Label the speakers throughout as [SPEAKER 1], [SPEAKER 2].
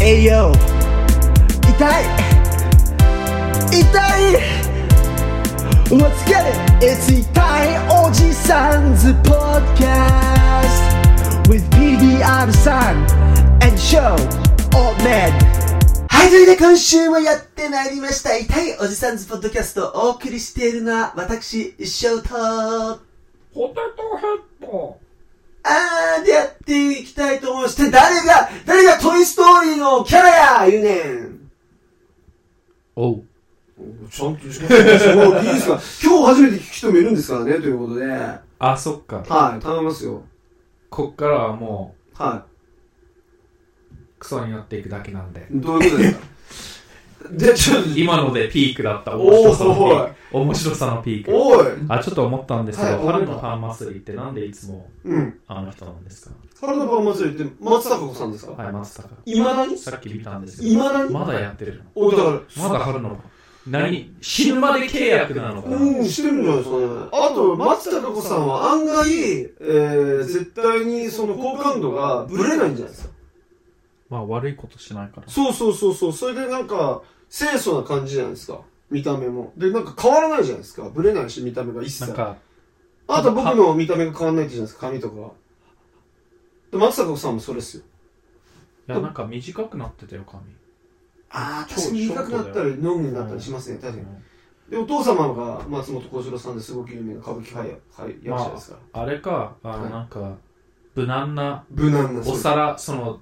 [SPEAKER 1] 栄養痛い痛い Let's get it! It's 痛いおじさんズ Podcast With BBR さん and show all men はい、ということで今週もやってまいりました痛いおじさんズポッドキャストをお送りしているのは私、ショート
[SPEAKER 2] ポテトヘッド。
[SPEAKER 1] あーでやっていきたいと思いまして、誰が、誰がトイストーリーのキャラや言うねん。
[SPEAKER 3] おう。
[SPEAKER 1] ちゃんとしました。もういいですか今日初めて聞く人もいるんですからね、ということで。は
[SPEAKER 3] あ、そっか。
[SPEAKER 1] い、頼みますよ。
[SPEAKER 3] こっからはも
[SPEAKER 1] は
[SPEAKER 3] う、クソになっていくだけなん で。
[SPEAKER 1] い。どういうことですかで、ちょっ
[SPEAKER 3] 今のでピークだった。
[SPEAKER 1] おー
[SPEAKER 3] 面白さのピーク面白さのピー
[SPEAKER 1] と、
[SPEAKER 3] ク。
[SPEAKER 1] おい。
[SPEAKER 3] あ、ちょっと思ったんですけど、
[SPEAKER 1] はい
[SPEAKER 3] 春のパーマスリーってなんでいつも
[SPEAKER 1] うん。
[SPEAKER 3] あの人なんですか
[SPEAKER 1] 春のパン祭りって松たか子さんですか
[SPEAKER 3] はい、松坂。
[SPEAKER 1] いまだに
[SPEAKER 3] さっき見たんですけ
[SPEAKER 1] い
[SPEAKER 3] ど、
[SPEAKER 1] まだに
[SPEAKER 3] まだやってる
[SPEAKER 1] おい、だから、
[SPEAKER 3] の。まだ春の。何死ぬまで契約なのかな
[SPEAKER 1] うん、してるんじゃないですかね。あと、松たか子さんは案外、えー、絶対にその好感度がブレないんじゃないですか。
[SPEAKER 3] まあ悪いことしないから。
[SPEAKER 1] そうそうそうそう。それでなんか、清楚な感じじゃないですか。見た目も。で、なんか変わらないじゃないですか。ブレないし、見た目が一
[SPEAKER 3] な
[SPEAKER 1] 切
[SPEAKER 3] ん。か、
[SPEAKER 1] あと僕の見た目が変わらないってじゃないですか、髪とかは。で、松坂さんもそれっすよ。
[SPEAKER 3] いや、なんか短くなってたよ、髪。
[SPEAKER 1] ああ、
[SPEAKER 3] 確
[SPEAKER 1] 確
[SPEAKER 3] か
[SPEAKER 1] か
[SPEAKER 3] に
[SPEAKER 1] に短くなったり、ロングになったりしますね、確かに。で、お父様が松本幸四郎さんですごく有名な歌舞伎俳優俳優役者ですから。
[SPEAKER 3] あれか、あの、
[SPEAKER 1] はい
[SPEAKER 3] なんか、無難な
[SPEAKER 1] 無難な
[SPEAKER 3] お皿、その、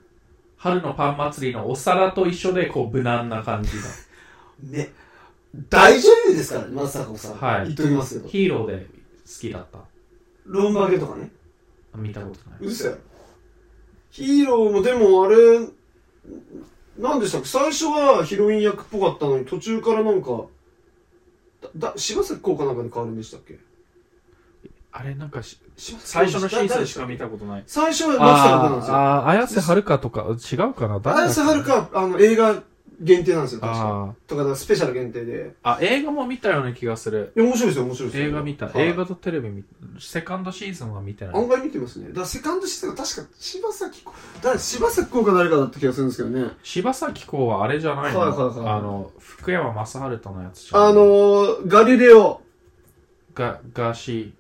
[SPEAKER 3] 春のパン祭りのお皿と一緒で、こう、無難な感じ
[SPEAKER 1] ね。大女優ですからね、松坂さん。
[SPEAKER 3] はい
[SPEAKER 1] 言っときますけ
[SPEAKER 3] が。
[SPEAKER 1] ど。
[SPEAKER 3] ヒーローで好きだった。
[SPEAKER 1] ロンバゲとかね。
[SPEAKER 3] 見たことない。
[SPEAKER 1] 嘘やろ。ヒーローもでもあれ、なんでしたっけ最初はヒロイン役っぽかったのに、途中からなんか、だ、だ柴咲コウかなんかに変わるんでしたっけ
[SPEAKER 3] あれ、なんかし、
[SPEAKER 1] 柴咲
[SPEAKER 3] 最
[SPEAKER 1] コウ
[SPEAKER 3] 初のシーズンしか
[SPEAKER 1] 誰
[SPEAKER 3] 見たことない。
[SPEAKER 1] 最初は松坂子なんですよ。
[SPEAKER 3] あー、あー綾瀬はるかとか、違うかな
[SPEAKER 1] 綾瀬はる。か、あの、映画限定なんですよ、確
[SPEAKER 3] あ
[SPEAKER 1] か。とか、スペシャル限定で。
[SPEAKER 3] あ。あ、映画も見たような気がする。
[SPEAKER 1] いや、面白いですよ、面白いですよ。
[SPEAKER 3] 映画見た。
[SPEAKER 1] はい
[SPEAKER 3] 映画とテレビ見セカンドシーズンは見てない
[SPEAKER 1] 案。外見てますね。だからセカンドシーズンが確か柴咲コウ、だ柴咲コウか誰かだった気がするんですけどね。
[SPEAKER 3] 柴咲コウはあれじゃないの、
[SPEAKER 1] はいはいはい
[SPEAKER 3] あの、福山雅治とのやつじゃん
[SPEAKER 1] あの、ー、ガリレオ
[SPEAKER 3] ガ、ガーシ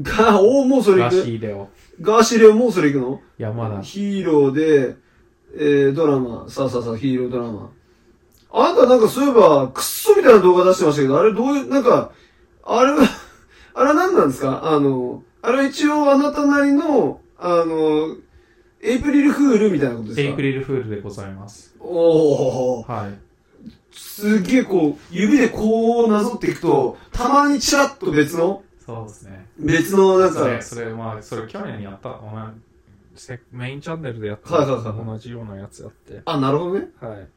[SPEAKER 1] が、おーもうそ
[SPEAKER 3] ー、
[SPEAKER 1] れ
[SPEAKER 3] ガ
[SPEAKER 1] 行
[SPEAKER 3] ーシー
[SPEAKER 1] く。
[SPEAKER 3] でを。
[SPEAKER 1] ガーシーレオもうそれ行くの
[SPEAKER 3] いや、まだ。
[SPEAKER 1] ヒーローで、えー、ドラマ、さあさあさあ、ヒーロードラマ。あなたなんかそういえば、クッソみたいな動画出してましたけど、あれどういう、なんか、あれは、 あれは何なんですかあの、あれは一応あなたなりの、あの、エイプリルフールみたいなことですか
[SPEAKER 3] エイプリルフールでございます。
[SPEAKER 1] おー、
[SPEAKER 3] はい。
[SPEAKER 1] すげえこう、指でこうなぞっていくと、たまにチラッと別の、
[SPEAKER 3] そうですね。
[SPEAKER 1] 別のなんか
[SPEAKER 3] そ、れ、それ、まあ、それ去年やった、お前、せメインチャンネルでやった、
[SPEAKER 1] はいはいはいはい
[SPEAKER 3] 同じようなやつやって。
[SPEAKER 1] あ、なるほどね。
[SPEAKER 3] はい。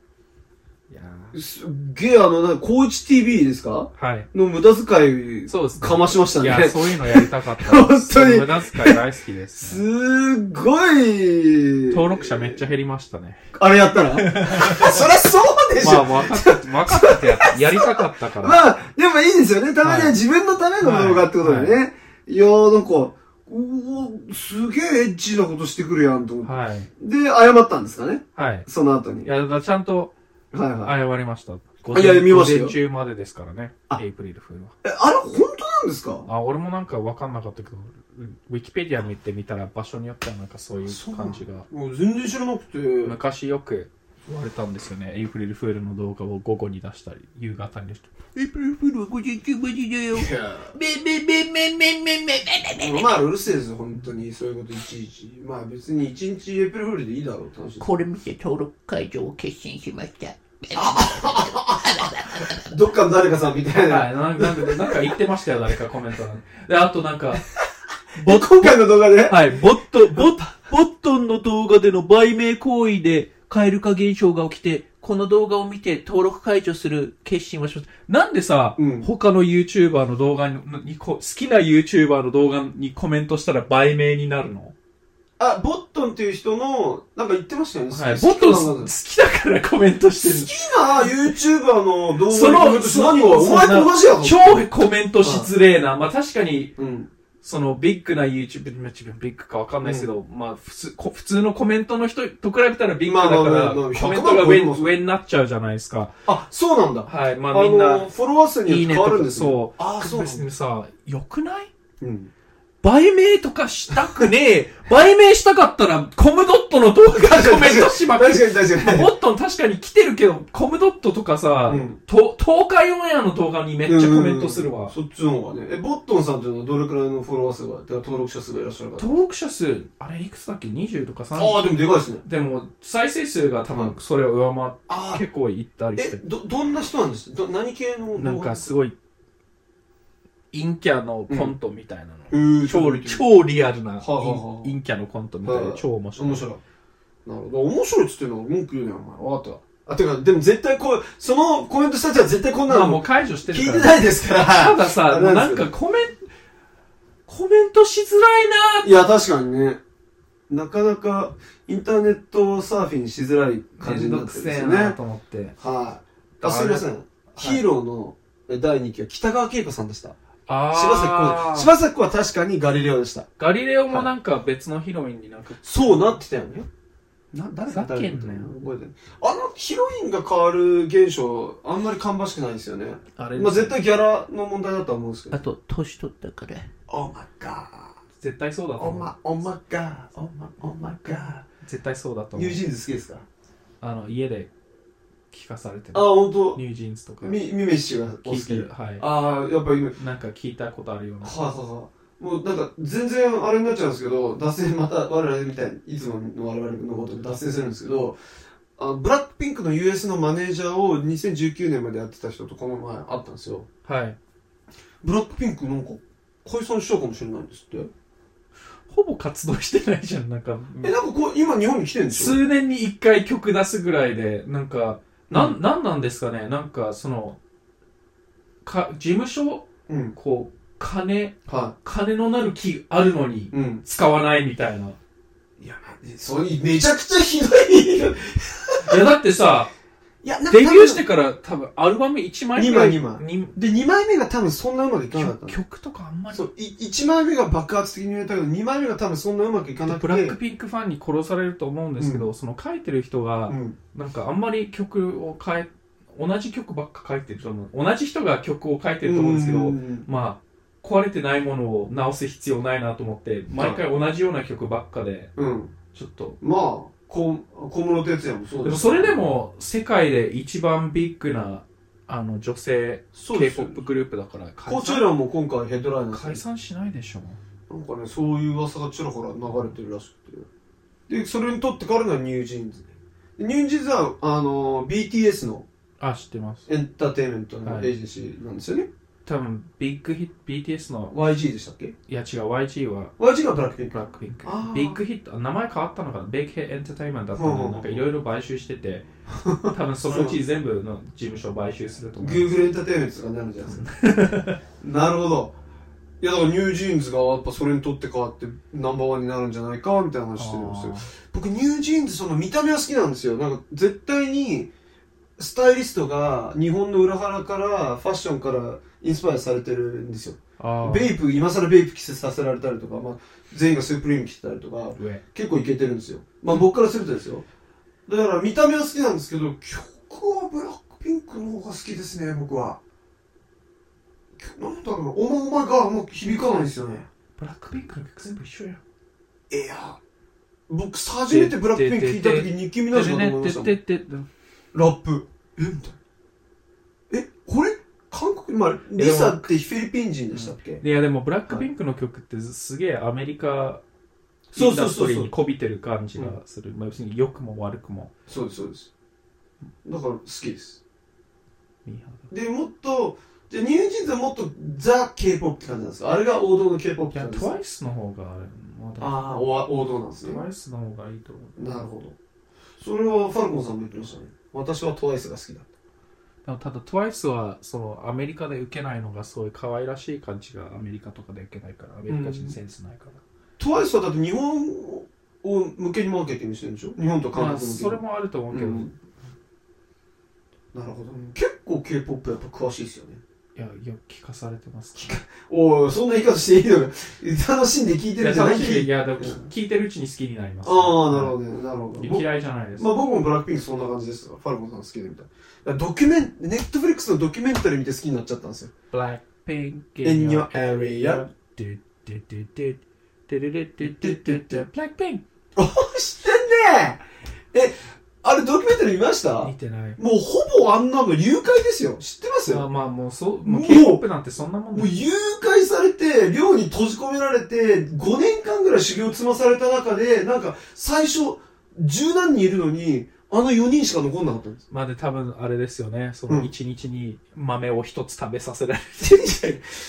[SPEAKER 3] いや
[SPEAKER 1] すっげえあの、なんか、高一 TV ですか
[SPEAKER 3] ーはい。
[SPEAKER 1] の無駄遣い、
[SPEAKER 3] そうですね
[SPEAKER 1] かましました
[SPEAKER 3] い
[SPEAKER 1] ね。
[SPEAKER 3] や、そういうのやりたかった。
[SPEAKER 1] 本当に
[SPEAKER 3] そう無駄遣い大好きです、
[SPEAKER 1] す
[SPEAKER 3] ね。
[SPEAKER 1] ーごい
[SPEAKER 3] 登録者めっちゃ減りましたね。
[SPEAKER 1] あれやったら そりゃそうでし
[SPEAKER 3] まあ、
[SPEAKER 1] ょ、
[SPEAKER 3] 分かって、分かっててやっやりたかったか
[SPEAKER 1] まあ、
[SPEAKER 3] ら。
[SPEAKER 1] でもいいですよね。たまに
[SPEAKER 3] は
[SPEAKER 1] はい自分のための動画ってことでね。、
[SPEAKER 3] はい
[SPEAKER 1] やー、なんか、おーすげえエッチなことしてくるやんと思って。
[SPEAKER 3] はい。
[SPEAKER 1] で、謝ったんですかね
[SPEAKER 3] はい。
[SPEAKER 1] その後に。
[SPEAKER 3] い
[SPEAKER 1] はい
[SPEAKER 3] や、だからちゃんと
[SPEAKER 1] はい。
[SPEAKER 3] 謝りました。午
[SPEAKER 1] いや見ましたよ
[SPEAKER 3] 午前中までですからね
[SPEAKER 1] あ。
[SPEAKER 3] エイプリルフールは。
[SPEAKER 1] え、あれ本当なんですか
[SPEAKER 3] あ、俺もなんか分かんなかったけど、ウィキペディア見てみたら場所によってはなんかそういう感じが。
[SPEAKER 1] もう全然知らなくて。
[SPEAKER 3] 昔よく言われたんですよねエイプリルフールの動画を午後に出したり夕方に出したりエイプリルフールは午前中までだよ
[SPEAKER 1] いや
[SPEAKER 3] めめめめめめめ
[SPEAKER 1] まあ、うるせえですよ、本当に。そういうこといちいち。まあ、別に一日エイプリルフールでいいだろうって話です
[SPEAKER 4] これ見て登録解除を決心しました。
[SPEAKER 1] どっかの誰かさんみたいな。
[SPEAKER 3] はいなんかなんかなんか言ってましたよ誰かコメント欄であとなんか
[SPEAKER 1] 今回の動画で、
[SPEAKER 3] はいボットボッ
[SPEAKER 4] ボットンの動画での売名行為で蛙化現象が起きて、この動画を見て登録解除する決心をしました。
[SPEAKER 3] なんでさ、
[SPEAKER 1] うん
[SPEAKER 3] 他の YouTuber の動画ににこ好きな YouTuber の動画にコメントしたら売名になるの
[SPEAKER 1] あ、ボットンっていう人の、なんか言ってましたよね。
[SPEAKER 3] はい
[SPEAKER 1] 好
[SPEAKER 3] ボ
[SPEAKER 1] き
[SPEAKER 3] ッ
[SPEAKER 1] な
[SPEAKER 3] ト好きだからコメントしてるの
[SPEAKER 1] 好きな YouTuber の動画
[SPEAKER 3] そ
[SPEAKER 1] にコメン
[SPEAKER 3] の、
[SPEAKER 1] トして何がお前と同じやろ
[SPEAKER 3] 超コメントしづれえな。まあ確かに、
[SPEAKER 1] うん。
[SPEAKER 3] そのビッグな YouTube、まあ自分ビッグかわかんないですけど、まあ普通、こ普通のコメントの人と比べたらビッグだから、
[SPEAKER 1] まあまあまあまあ
[SPEAKER 3] コメントが上
[SPEAKER 1] 100万超えてます
[SPEAKER 3] 上になっちゃうじゃないですか。
[SPEAKER 1] あ、そうなんだ。
[SPEAKER 3] はい、ま
[SPEAKER 1] あ
[SPEAKER 3] あみんな、
[SPEAKER 1] の、フォロワー数によっ
[SPEAKER 3] いい
[SPEAKER 1] て
[SPEAKER 3] ねと
[SPEAKER 1] 変わるん
[SPEAKER 3] か、
[SPEAKER 1] ですね。
[SPEAKER 3] そう。
[SPEAKER 1] あーそうなんだ
[SPEAKER 3] 別にさ、良くない
[SPEAKER 1] うん。
[SPEAKER 4] 売名とかしたくね え。売名したかったら、コムドットの動画コメントしまく
[SPEAKER 1] 確
[SPEAKER 4] る。
[SPEAKER 1] かに確かに。
[SPEAKER 3] ボットン確かに来てるけど、コムドットとかさ、
[SPEAKER 1] うん
[SPEAKER 3] と東海オンエアの動画にめっちゃコメントするわ。
[SPEAKER 1] そっちの方がね。え、ボットンさんというのはどれくらいのフォロワー数が、てか登録者数がいらっしゃるか。
[SPEAKER 3] 登録者数、あれいくつだっけ ?20 とか
[SPEAKER 1] あ
[SPEAKER 3] 30。
[SPEAKER 1] あ、でもでかいですね。
[SPEAKER 3] でも、再生数が多分それを上回っ
[SPEAKER 1] あ
[SPEAKER 3] て、
[SPEAKER 1] あ、
[SPEAKER 3] 結構いったりし
[SPEAKER 1] え
[SPEAKER 3] て、。
[SPEAKER 1] ど、どんな人なんですど何系の
[SPEAKER 3] なんかすごい、陰キャのコントみたいなの。
[SPEAKER 1] うん、
[SPEAKER 3] 超
[SPEAKER 1] リ
[SPEAKER 3] 超リアルな
[SPEAKER 1] はあはあはあ
[SPEAKER 3] 陰陰キャのコントみたい
[SPEAKER 1] は
[SPEAKER 3] で
[SPEAKER 1] あ
[SPEAKER 3] 超面白い。
[SPEAKER 1] 面白い。なるほど。面白いっつってんの文句言うねん、お前。わかった。あ、てか、でも絶対こう、そのコメントしたちは絶対こんな
[SPEAKER 3] まあも
[SPEAKER 1] の
[SPEAKER 3] う解除して
[SPEAKER 1] 聞い
[SPEAKER 3] る
[SPEAKER 1] て
[SPEAKER 3] から。
[SPEAKER 1] ないですから。
[SPEAKER 3] たださ、
[SPEAKER 1] あれ
[SPEAKER 3] な
[SPEAKER 1] なん
[SPEAKER 3] ん
[SPEAKER 1] ですけど
[SPEAKER 3] かコメント、コメントしづらいなー
[SPEAKER 1] いや、確かにね。なかなか、インターネットサーフィンしづらい感じになってるんです
[SPEAKER 3] め
[SPEAKER 1] よね。
[SPEAKER 3] んどくせえな
[SPEAKER 1] はい
[SPEAKER 3] と思って。。
[SPEAKER 1] あ、すいませ
[SPEAKER 3] あ
[SPEAKER 1] ん。ヒーローのえ第2期は北川景子さんでした。
[SPEAKER 3] あ
[SPEAKER 1] 柴咲コウ
[SPEAKER 3] ー
[SPEAKER 1] 柴咲コウは確かにガリレオでした。
[SPEAKER 3] ガリレオもなんか別のヒロインになんか、
[SPEAKER 1] そうなってたよね。な、誰
[SPEAKER 3] ふざけんなよ
[SPEAKER 1] 誰だったの覚えてないあの、ヒロインが変わる現象、あんまり芳しくないですよね。
[SPEAKER 3] あれ、
[SPEAKER 1] まあ、絶対ギャラの問題だとは思うんですけど
[SPEAKER 4] あ。と、年取ったから。
[SPEAKER 1] おまか
[SPEAKER 3] 絶対そうだと
[SPEAKER 1] お
[SPEAKER 3] 思う。
[SPEAKER 1] ま、おまかおま、おまか
[SPEAKER 3] 絶対そうだと思
[SPEAKER 1] ニュ
[SPEAKER 3] う
[SPEAKER 1] ー。ジーンズ好きですか
[SPEAKER 3] あの、家で聞かされてる
[SPEAKER 1] あ、。ほんと。
[SPEAKER 3] ニュージーンズとか。
[SPEAKER 1] み、みめしがお好
[SPEAKER 3] 聞いて
[SPEAKER 1] き
[SPEAKER 3] る。。はい。
[SPEAKER 1] ああ、やっぱ今、は
[SPEAKER 3] なんか聞いたことあるような。
[SPEAKER 1] あ、はあはあ、もうなんか、全然あれになっちゃうんですけど、脱線、また我々みたいに、いつもの我々のことで脱線するんですけど、あブラックピンクの US のマネージャーを2019年までやってた人とこの前会ったんですよ。
[SPEAKER 3] はい。
[SPEAKER 1] ブラックピンクなんか、解散しちゃうかもしれないんですって。
[SPEAKER 3] ほぼ活動してないじゃん、なんか。
[SPEAKER 1] え、なんかこう、今日本に来てるんでしょ
[SPEAKER 3] 数年に一回曲出すぐらいで、なんか、なん、なんなんですかねなんか、その、か、事務所、
[SPEAKER 1] うん。
[SPEAKER 3] こう、金、
[SPEAKER 1] は
[SPEAKER 3] 金のなる木あるのに
[SPEAKER 1] い。、うん。
[SPEAKER 3] 使わないみたいな。
[SPEAKER 1] いや、そういう、めちゃくちゃひどい。い
[SPEAKER 3] いや、だってさ、
[SPEAKER 1] や、なんか
[SPEAKER 3] デビューしてから多分アルバム1枚ぐらい
[SPEAKER 1] 二枚
[SPEAKER 3] に
[SPEAKER 1] で、2枚目が多分そんなうまくいかなかったの
[SPEAKER 3] 曲とかあんまり
[SPEAKER 1] そう、い1枚目が爆発的に売れたけど、2枚目が多分そんなうまくいかなくて。
[SPEAKER 3] ブラックピンクファンに殺されると思うんですけど、その書いてる人が、
[SPEAKER 1] うん。
[SPEAKER 3] なんかあんまり曲を変え同じ曲ばっか書いてると思う同じ人が曲を書いてると思うんですけど、
[SPEAKER 1] うん
[SPEAKER 3] まあ壊れてないものを直す必要ないなと思って毎回同じような曲ばっかで
[SPEAKER 1] うん。
[SPEAKER 3] ちょっと
[SPEAKER 1] まあ、こ小室哲也もそう
[SPEAKER 3] で
[SPEAKER 1] で
[SPEAKER 3] も
[SPEAKER 1] す
[SPEAKER 3] それで、も世界で一番ビッグなあの女性
[SPEAKER 1] そうですよ。
[SPEAKER 3] K-POP グループだから
[SPEAKER 1] コ
[SPEAKER 3] 解
[SPEAKER 1] チュ
[SPEAKER 3] 散
[SPEAKER 1] ランも今回ヘッドライナー
[SPEAKER 3] 解散しないでしょ
[SPEAKER 1] なんかね、そういう噂がちらほら流れてるらしくて。で、それにとってからがニュージーンズで。ニュージーンズは、あの、BTS の
[SPEAKER 3] あ知ってます
[SPEAKER 1] エンターテインメントの
[SPEAKER 3] は
[SPEAKER 1] エ
[SPEAKER 3] い
[SPEAKER 1] ージェンシーなんですよね。
[SPEAKER 3] 多分ビッグヒット BTS の
[SPEAKER 1] YG でしたっけ
[SPEAKER 3] いや違う YG は
[SPEAKER 1] ?YG がブラックピン
[SPEAKER 3] ブ
[SPEAKER 1] ク。
[SPEAKER 3] ラックピンク
[SPEAKER 1] あー
[SPEAKER 3] ビッグヒットあ名前変わったのかなベイケーエンターテインメントだったの
[SPEAKER 1] ほうほう
[SPEAKER 3] でなんかいろいろ買収してて多分そのうち全部の事務所を買収すると思う
[SPEAKER 1] Google エンターテインメントとかになるじゃないです か。なるほど。いや、だからニュージーンズがやっぱそれにとって変わってナンバーワンになるんじゃないかみたいな話してるんですよ。僕ニュージーンズその見た目は好きなんですよなんか絶対にスタイリストが日本の裏腹からファッションからインスパイアされてるんですよ
[SPEAKER 3] あー
[SPEAKER 1] ベイプ今更ベイプ着せさせられたりとか、まあ、全員がスープリーム着てたりとか
[SPEAKER 3] 上
[SPEAKER 1] 結構いけてるんですよまあ僕からするとですよだから見た目は好きなんですけど曲はブラックピンクの方が好きですね僕は曲なんだろうおまおまがあんま響かないんですよね
[SPEAKER 3] ブラックピンクの曲全部一緒やん
[SPEAKER 1] いや僕初めてブラックピンク聞いた時ニッキー・ミナージュかと思いましたもん
[SPEAKER 3] てててて
[SPEAKER 1] ラップ。えみたいな。え、これ韓国、まあ、リサってフィリピン人でしたっけ、
[SPEAKER 3] いやでもブラックピンクの曲ってすすげえアメリカ
[SPEAKER 1] そ
[SPEAKER 3] イ
[SPEAKER 1] うそうそうそう
[SPEAKER 3] ンダストリーにこびてる感じがする、まあ、別に良くも悪くも
[SPEAKER 1] そうです、そうです。だから好きです。
[SPEAKER 3] ミーハー
[SPEAKER 1] で、もっと、じゃあニュージーンズはもっとザ・ K-POP って感じなんですかあれが王道の K-POP っ
[SPEAKER 3] だ
[SPEAKER 1] て
[SPEAKER 3] いや
[SPEAKER 1] 感じです
[SPEAKER 3] ト
[SPEAKER 1] か
[SPEAKER 3] ワイスの方があれまだ
[SPEAKER 1] ああ、おわ王道なんです
[SPEAKER 3] ト
[SPEAKER 1] ね。
[SPEAKER 3] ワイスの方がいいと思う
[SPEAKER 1] なるほど。それはファルコンさんも言ってましたね。私はトワイスが好きだ。
[SPEAKER 3] でもただ TWICE はそのアメリカで受けないのがすごい可愛らしい感じがアメリカとかで受けないからアメリカ人センスないから、
[SPEAKER 1] トワイスはだって日本を向けにマーケティングしてるんでしょ日本と
[SPEAKER 3] ま
[SPEAKER 1] 韓
[SPEAKER 3] あ
[SPEAKER 1] 国向けに。
[SPEAKER 3] それもあると思うけど、
[SPEAKER 1] うんなるほど、結構 K-POP やっぱ詳しいですよね
[SPEAKER 3] いや、よく聞かされてます、
[SPEAKER 1] おい、そんな言い方していいのか。 楽しんで聞いて
[SPEAKER 3] いや、
[SPEAKER 1] る
[SPEAKER 3] でも
[SPEAKER 1] 楽
[SPEAKER 3] 聞
[SPEAKER 1] し
[SPEAKER 3] い
[SPEAKER 1] い。
[SPEAKER 3] やでも聞聞いてるうちに好きになります。
[SPEAKER 1] ああ、なるほどね。なるほど。
[SPEAKER 3] ど。嫌いじゃないです。
[SPEAKER 1] まあ僕もブラックピンクそんな感じですよ。ファルコンさん好きでみたいな。ドキュメン、ネットフリックスのドキュメンタリー見て好きになっちゃったんですよ。
[SPEAKER 3] ブラック。
[SPEAKER 4] ペンケ
[SPEAKER 1] In your area.
[SPEAKER 4] てててててれれててててブラックペン
[SPEAKER 1] おー、知ってんねえ、あれドキュメンタリー見ました
[SPEAKER 3] 見てない。
[SPEAKER 1] もうほぼあんなの誘拐ですよ。知ってます
[SPEAKER 3] まあ
[SPEAKER 1] よ。
[SPEAKER 3] まあ、もうそう、もう
[SPEAKER 1] もう
[SPEAKER 3] K-POP なんてそんなもん
[SPEAKER 1] も
[SPEAKER 3] だ
[SPEAKER 1] う誘拐されて、寮に閉じ込められて、5年間ぐらい修行積まされた中で、なんか最初、十何人いるのに、あの4人しか残んなかったんです。
[SPEAKER 3] まあで多分あれですよね、そうの
[SPEAKER 1] ん
[SPEAKER 3] 一日に豆を一つ食べさせられる。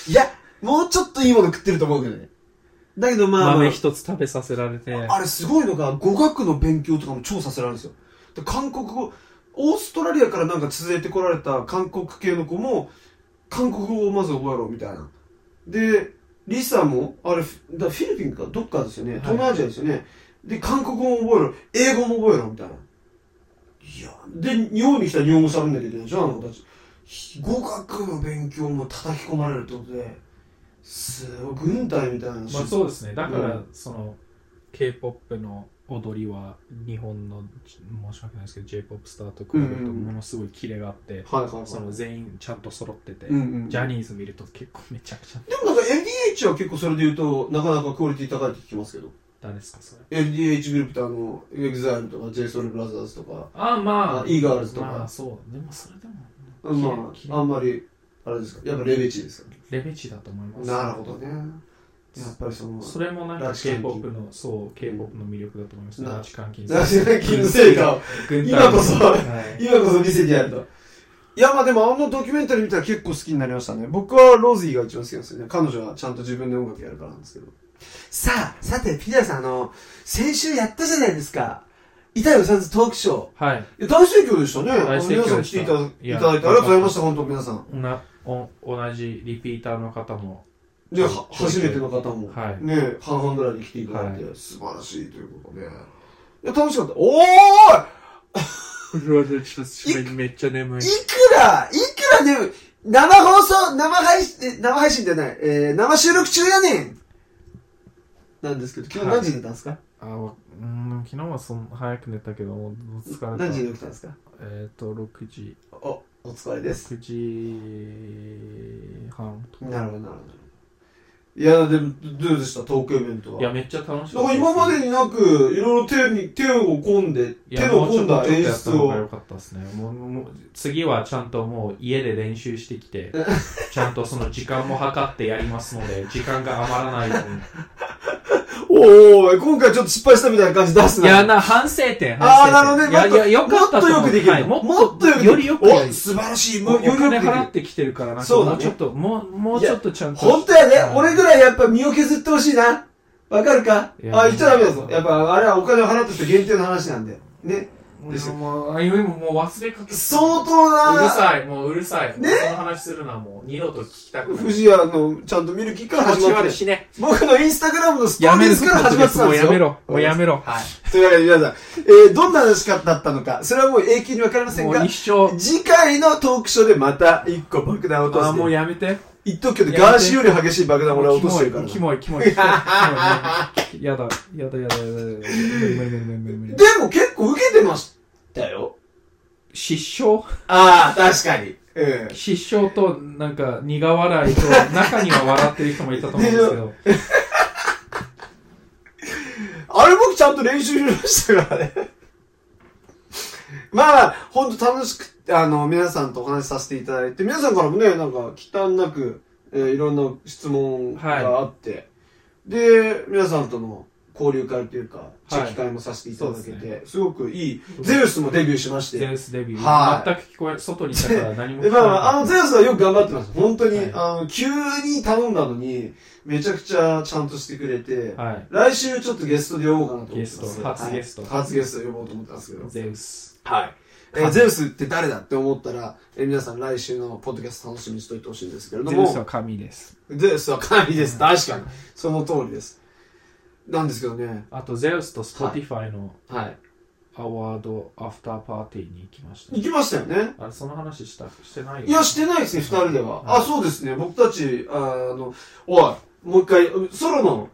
[SPEAKER 1] いや、もうちょっといいもの食ってると思うけどね。だけどまあ、まあ
[SPEAKER 3] 豆一つ食べさせられて。
[SPEAKER 1] あれすごいのが、語学の勉強とかも超させられるんですよ。で韓国語、オーストラリアからなんか連れてこられた韓国系の子も、韓国語をまず覚えろ、みたいな。で、リサも、あれ、フィだフィリピンか、どっかですよね。東南アジアですよね。で、韓国語も覚えろ、英語も覚えろ、みたいな。いや、で、日本に来たら日本語喋んなきゃいけないじゃん、あの子たち。ひ語学の勉強も叩き込まれるってことで、すごい軍隊みたいな。
[SPEAKER 3] まあそうですね。だか
[SPEAKER 1] う
[SPEAKER 3] ら、その、K-POP の踊りは日本の、申し訳ないですけど、J-POP スターと比べるとものすごいキレがあって、
[SPEAKER 1] はいはいはい。
[SPEAKER 3] その全員ちゃんと揃ってて、
[SPEAKER 1] うんうん、
[SPEAKER 3] ジャニーズ見ると結構めちゃくちゃ、
[SPEAKER 1] でもなんか LDH は結構それで言うと、なかなかクオリティ高いって聞きますけど。
[SPEAKER 3] 誰ですか、それ。
[SPEAKER 1] LDH グループってあの、EXILE とか JSOULBROTHERS とか、
[SPEAKER 3] あ、まあ、
[SPEAKER 1] あイーガールズとか
[SPEAKER 3] まあそう。でもそれでも、
[SPEAKER 1] ま
[SPEAKER 3] キレキレ
[SPEAKER 1] あ、あんまり、あれですか、やっぱレベチですか、
[SPEAKER 3] レベチだと思います。
[SPEAKER 1] なるほどね。やっぱりその、
[SPEAKER 3] それもなん
[SPEAKER 1] ラ
[SPEAKER 3] か
[SPEAKER 1] ジカンキ
[SPEAKER 3] K-POP の、そう、K-POP の魅力だと思いますね。
[SPEAKER 1] な
[SPEAKER 3] ラジカンキン
[SPEAKER 1] なぜ金の成果を、
[SPEAKER 3] 軍
[SPEAKER 1] 今こそ
[SPEAKER 3] はい
[SPEAKER 1] 今こそ見せてやると。いや、まあでもあのドキュメンタリー見たら結構好きになりましたね。僕はロズィーが一番好きなんですよね。彼女はちゃんと自分で音楽やるからなんですけど。さあ、さて、ピザさん、あの、先週やったじゃないですか。痛いおさんずトークショー。
[SPEAKER 3] はい。
[SPEAKER 1] いや大盛況でしたね。
[SPEAKER 3] 大盛況でした
[SPEAKER 1] あの皆さん来ていただい
[SPEAKER 3] いや
[SPEAKER 1] ただいてありがとうございました、本当皆さん。
[SPEAKER 3] なお同じリピーターの方も、
[SPEAKER 1] で、は
[SPEAKER 3] はい
[SPEAKER 1] 初めての方も、
[SPEAKER 3] はい
[SPEAKER 1] ね、半々ぐらいに来ていただいて、
[SPEAKER 3] は
[SPEAKER 1] 素晴らしいということで。いや、楽しかった。おー
[SPEAKER 4] めっちゃ眠
[SPEAKER 1] いくらいくらで、生放送、生配信、え生配信じゃない、えー、生収録中やねんなんですけど、今日何時に寝たんですか、
[SPEAKER 3] あわうん昨日はそん早く寝たけど、もう疲れた。
[SPEAKER 1] 何時に起きたんですか
[SPEAKER 3] えっ、と、6時、
[SPEAKER 1] お、お疲れです。
[SPEAKER 3] 9時半とか。
[SPEAKER 1] なるほど、なるほど。いや、でも、どうでしたトークイベントは。
[SPEAKER 3] いや、めっちゃ楽しか
[SPEAKER 1] だ
[SPEAKER 3] った
[SPEAKER 1] から
[SPEAKER 3] す。
[SPEAKER 1] 今までになく、いろいろ手に、手を込んで、
[SPEAKER 3] い
[SPEAKER 1] 手
[SPEAKER 3] や
[SPEAKER 1] の込んだ
[SPEAKER 3] もうちょっと
[SPEAKER 1] 演
[SPEAKER 3] やった
[SPEAKER 1] 出
[SPEAKER 3] 方が良
[SPEAKER 1] を。
[SPEAKER 3] かったですね。もうもう次はちゃんともう家で練習してき て、ちゃんとその時間も計ってやりますので、時間が余らないように。
[SPEAKER 1] おー、今回ちょっと失敗したみたいな感じ出す
[SPEAKER 3] いや、
[SPEAKER 1] な。
[SPEAKER 3] な、反省点、
[SPEAKER 1] あーなる
[SPEAKER 3] 反
[SPEAKER 1] ほど
[SPEAKER 3] 省
[SPEAKER 1] ね
[SPEAKER 3] 点。いや、いや、よかった
[SPEAKER 1] もっとよ
[SPEAKER 3] 思
[SPEAKER 1] く
[SPEAKER 3] う
[SPEAKER 1] できる
[SPEAKER 3] はいもっ
[SPEAKER 1] もっとよくできる
[SPEAKER 3] よりよくや
[SPEAKER 1] お
[SPEAKER 3] り
[SPEAKER 1] 素晴らしい。
[SPEAKER 3] お
[SPEAKER 1] もう、よりよく
[SPEAKER 3] 金
[SPEAKER 1] できる
[SPEAKER 3] 払ってきてるから、なん
[SPEAKER 1] そ
[SPEAKER 3] か
[SPEAKER 1] うだ
[SPEAKER 3] もう
[SPEAKER 1] ね
[SPEAKER 3] ちょっと、もう、もう
[SPEAKER 1] いや
[SPEAKER 3] ちょっとちゃんと。
[SPEAKER 1] 本当やね。俺ぐらいやっぱ身を削ってほしいな。わかるかあ、
[SPEAKER 3] いや
[SPEAKER 1] 言っちゃダメだぞ。やっぱ、あれはお金を払って人限定の話なんだよ。ね。でしょ
[SPEAKER 3] もう、もうあゆみももう忘れかけ
[SPEAKER 1] 相
[SPEAKER 3] う
[SPEAKER 1] 当
[SPEAKER 3] る
[SPEAKER 1] な、
[SPEAKER 3] さい、もううるさい。もうその話するな、もう二度と聞きたくない。
[SPEAKER 1] 藤谷の、ちゃんと見る気から始まって。
[SPEAKER 4] しね
[SPEAKER 1] 僕のインスタグラムのストーリーズから始まってたんですよ。
[SPEAKER 3] めろ。は
[SPEAKER 1] というわけで皆さん、えー、どんな話だったのか、それはもう永久にわかりませ
[SPEAKER 3] い。
[SPEAKER 1] ん
[SPEAKER 3] も
[SPEAKER 1] が
[SPEAKER 3] う、一生、
[SPEAKER 1] 次回のトークショーでまた一個爆弾を落と
[SPEAKER 3] あ、
[SPEAKER 1] して
[SPEAKER 3] もう
[SPEAKER 1] る。
[SPEAKER 3] やめて。
[SPEAKER 1] 言っとくけど、ガーシーより激しい爆弾を俺は落としてるからな。
[SPEAKER 3] キ
[SPEAKER 1] で
[SPEAKER 3] モい、キモい、キモい。キモいキモい やだ、やだ、やだ、やだ、やだ。無理無理無理無理無理。
[SPEAKER 1] も結構受けてましたよ。
[SPEAKER 3] 失笑
[SPEAKER 1] ああ、確かに。うん。
[SPEAKER 3] 失笑と、なんか、苦笑いと、中には笑ってる人もいたと思うんですけど。
[SPEAKER 1] あれ僕ちゃんと練習しましたからね。まあ、ほんと楽しくて、あの、皆さんとお話しさせていただいて、皆さんからもね、なんか、忌憚なく、えーいろんな質問があって、で、皆さんとの交流会というか、チェキ会もさせていただけ
[SPEAKER 3] そう
[SPEAKER 1] て、
[SPEAKER 3] です
[SPEAKER 1] ごくいい、ゼウスもデビューしまして、
[SPEAKER 3] ゼウスデビュー。
[SPEAKER 1] はい
[SPEAKER 3] 全く聞こえ、外にいたから何も
[SPEAKER 1] で
[SPEAKER 3] 聞
[SPEAKER 1] ま
[SPEAKER 3] こ
[SPEAKER 1] あ
[SPEAKER 3] え
[SPEAKER 1] ま
[SPEAKER 3] な
[SPEAKER 1] あ、あ
[SPEAKER 3] か
[SPEAKER 1] の、
[SPEAKER 3] っ
[SPEAKER 1] ゼウスはよく頑張ってます。本当に、
[SPEAKER 3] はい
[SPEAKER 1] あの、急に頼んだのに、めちゃくちゃちゃんとしてくれて、
[SPEAKER 3] た。はい。
[SPEAKER 1] 来週ちょっとゲストで呼ぼうかなと思ってます。
[SPEAKER 3] ゲスト初ゲスト
[SPEAKER 1] はい初ゲスト呼ぼうと思ってますけど。
[SPEAKER 3] ゼウス。
[SPEAKER 1] はい。えーゼウスって誰だって思ったら、えー皆さん来週のポッドキャスト楽しみにしといてほしいんですけれど
[SPEAKER 3] ゼウ
[SPEAKER 1] も、
[SPEAKER 3] スは神です。
[SPEAKER 1] ゼウスは神です。確かに。その通りです。なんですけどね。
[SPEAKER 3] あと、ゼウスと Spotify の
[SPEAKER 1] はい。
[SPEAKER 3] アワードアフターパーティーに行きました、
[SPEAKER 1] 行きましたよね。
[SPEAKER 3] あれ、その話した、してないよ、
[SPEAKER 1] いや、してないですね、二人では。あ、そうですね。僕たち、あの、おい、もう一回、ソロの、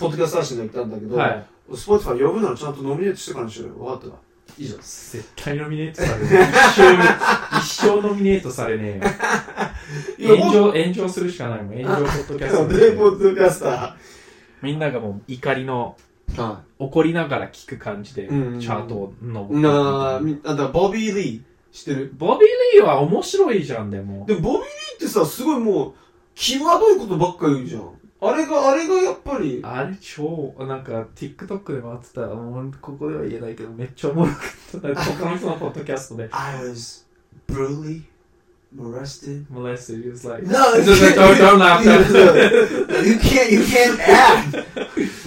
[SPEAKER 1] ポッドキャスト配信で行ったんだけど、
[SPEAKER 3] はい。
[SPEAKER 1] スポーツファイ呼ぶならちゃんとノミネートしてからにしろよ。わかったわ。以上です。
[SPEAKER 3] 絶対ノミネートされねえ。一生、一生ノミネートされねえよ。炎上、炎上するしかないもん。炎上ポッドキャスト
[SPEAKER 1] で、ポ
[SPEAKER 3] で。
[SPEAKER 1] ッドキャスタ
[SPEAKER 3] みんながもう怒りの、
[SPEAKER 1] ー。は
[SPEAKER 3] 怒りながら聞く感じで、チ
[SPEAKER 1] うん
[SPEAKER 3] ャートを
[SPEAKER 1] い。
[SPEAKER 3] 登
[SPEAKER 1] なあ、
[SPEAKER 3] って。
[SPEAKER 1] みあんた、ボビー・リー、知ってる
[SPEAKER 3] ボビー・リーは面白いじゃん、でも。
[SPEAKER 1] でも、ボビー・リーってさ、すごいもう、際どいことばっか言うじゃん。あれが、あれがやっぱり、
[SPEAKER 3] あれ超、なんか TikTok で回ってた、もうここでは言えないけど、めっちゃおもろかった。他の人のポッドキャストで。
[SPEAKER 1] I was brutally molested.
[SPEAKER 3] Molested, he was like,
[SPEAKER 1] No,
[SPEAKER 3] Don't- don't- don't laugh, don't-
[SPEAKER 1] you can't, you can't add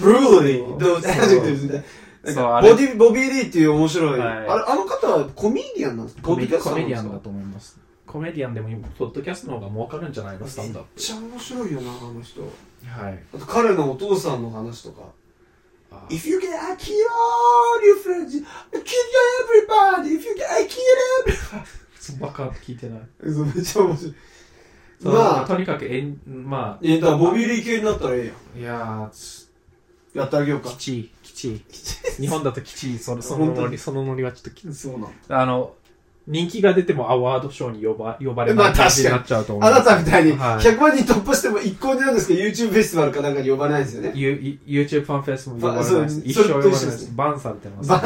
[SPEAKER 1] brutally those
[SPEAKER 3] そ う
[SPEAKER 1] adjectives. なん
[SPEAKER 3] そう
[SPEAKER 1] か
[SPEAKER 3] あれ
[SPEAKER 1] ボディボビー・リーっていう面白い、
[SPEAKER 3] はい
[SPEAKER 1] あれあの方はコメディアンなんですか
[SPEAKER 3] コメ
[SPEAKER 1] ポッドキャスター
[SPEAKER 3] コ
[SPEAKER 1] な
[SPEAKER 3] メ
[SPEAKER 1] ん
[SPEAKER 3] ディア
[SPEAKER 1] です
[SPEAKER 3] ン
[SPEAKER 1] か
[SPEAKER 3] だと思います。コメディアンでも今、ポッドキャストの方が儲かるんじゃないの、スタンダッ
[SPEAKER 1] めっちゃ面白いよなあの人
[SPEAKER 3] プ。はい。
[SPEAKER 1] あと彼のお父さんの話とか
[SPEAKER 3] あ
[SPEAKER 1] If you can I kill all your friends I kill everybody If you can I kill everybody
[SPEAKER 3] そばか聞いてない。
[SPEAKER 1] そうめっちゃ面白い
[SPEAKER 3] そう
[SPEAKER 1] まあ
[SPEAKER 3] とにかくえん、ま
[SPEAKER 1] いやだからボビー・リー系になったらえ
[SPEAKER 3] あ、
[SPEAKER 1] えや
[SPEAKER 3] いやーつ、
[SPEAKER 1] んやってあげようか
[SPEAKER 3] きちい、きちい。 日本だときちい、そのその
[SPEAKER 1] 本当
[SPEAKER 3] ノ
[SPEAKER 1] に
[SPEAKER 3] リ、そのノリはちょっとき
[SPEAKER 1] そうなの
[SPEAKER 3] あの、人気が出てもアワードショーに呼ば呼ばれ
[SPEAKER 1] ま
[SPEAKER 3] な
[SPEAKER 1] あ
[SPEAKER 3] い感じになっちゃうと思う。
[SPEAKER 1] あなたみたいに
[SPEAKER 3] はい
[SPEAKER 1] 100万人突破しても一向になんですけど YouTube フェスティバルかなんかに呼ばれないんですよね。
[SPEAKER 3] ユ YouTube ファンフェスも呼ばれ
[SPEAKER 1] そ
[SPEAKER 3] な
[SPEAKER 1] う
[SPEAKER 3] いし一
[SPEAKER 1] それ
[SPEAKER 3] 生
[SPEAKER 1] と
[SPEAKER 3] 呼ばれ
[SPEAKER 1] 一緒で
[SPEAKER 3] ない
[SPEAKER 1] す
[SPEAKER 3] し、バンされてます
[SPEAKER 1] バ。ン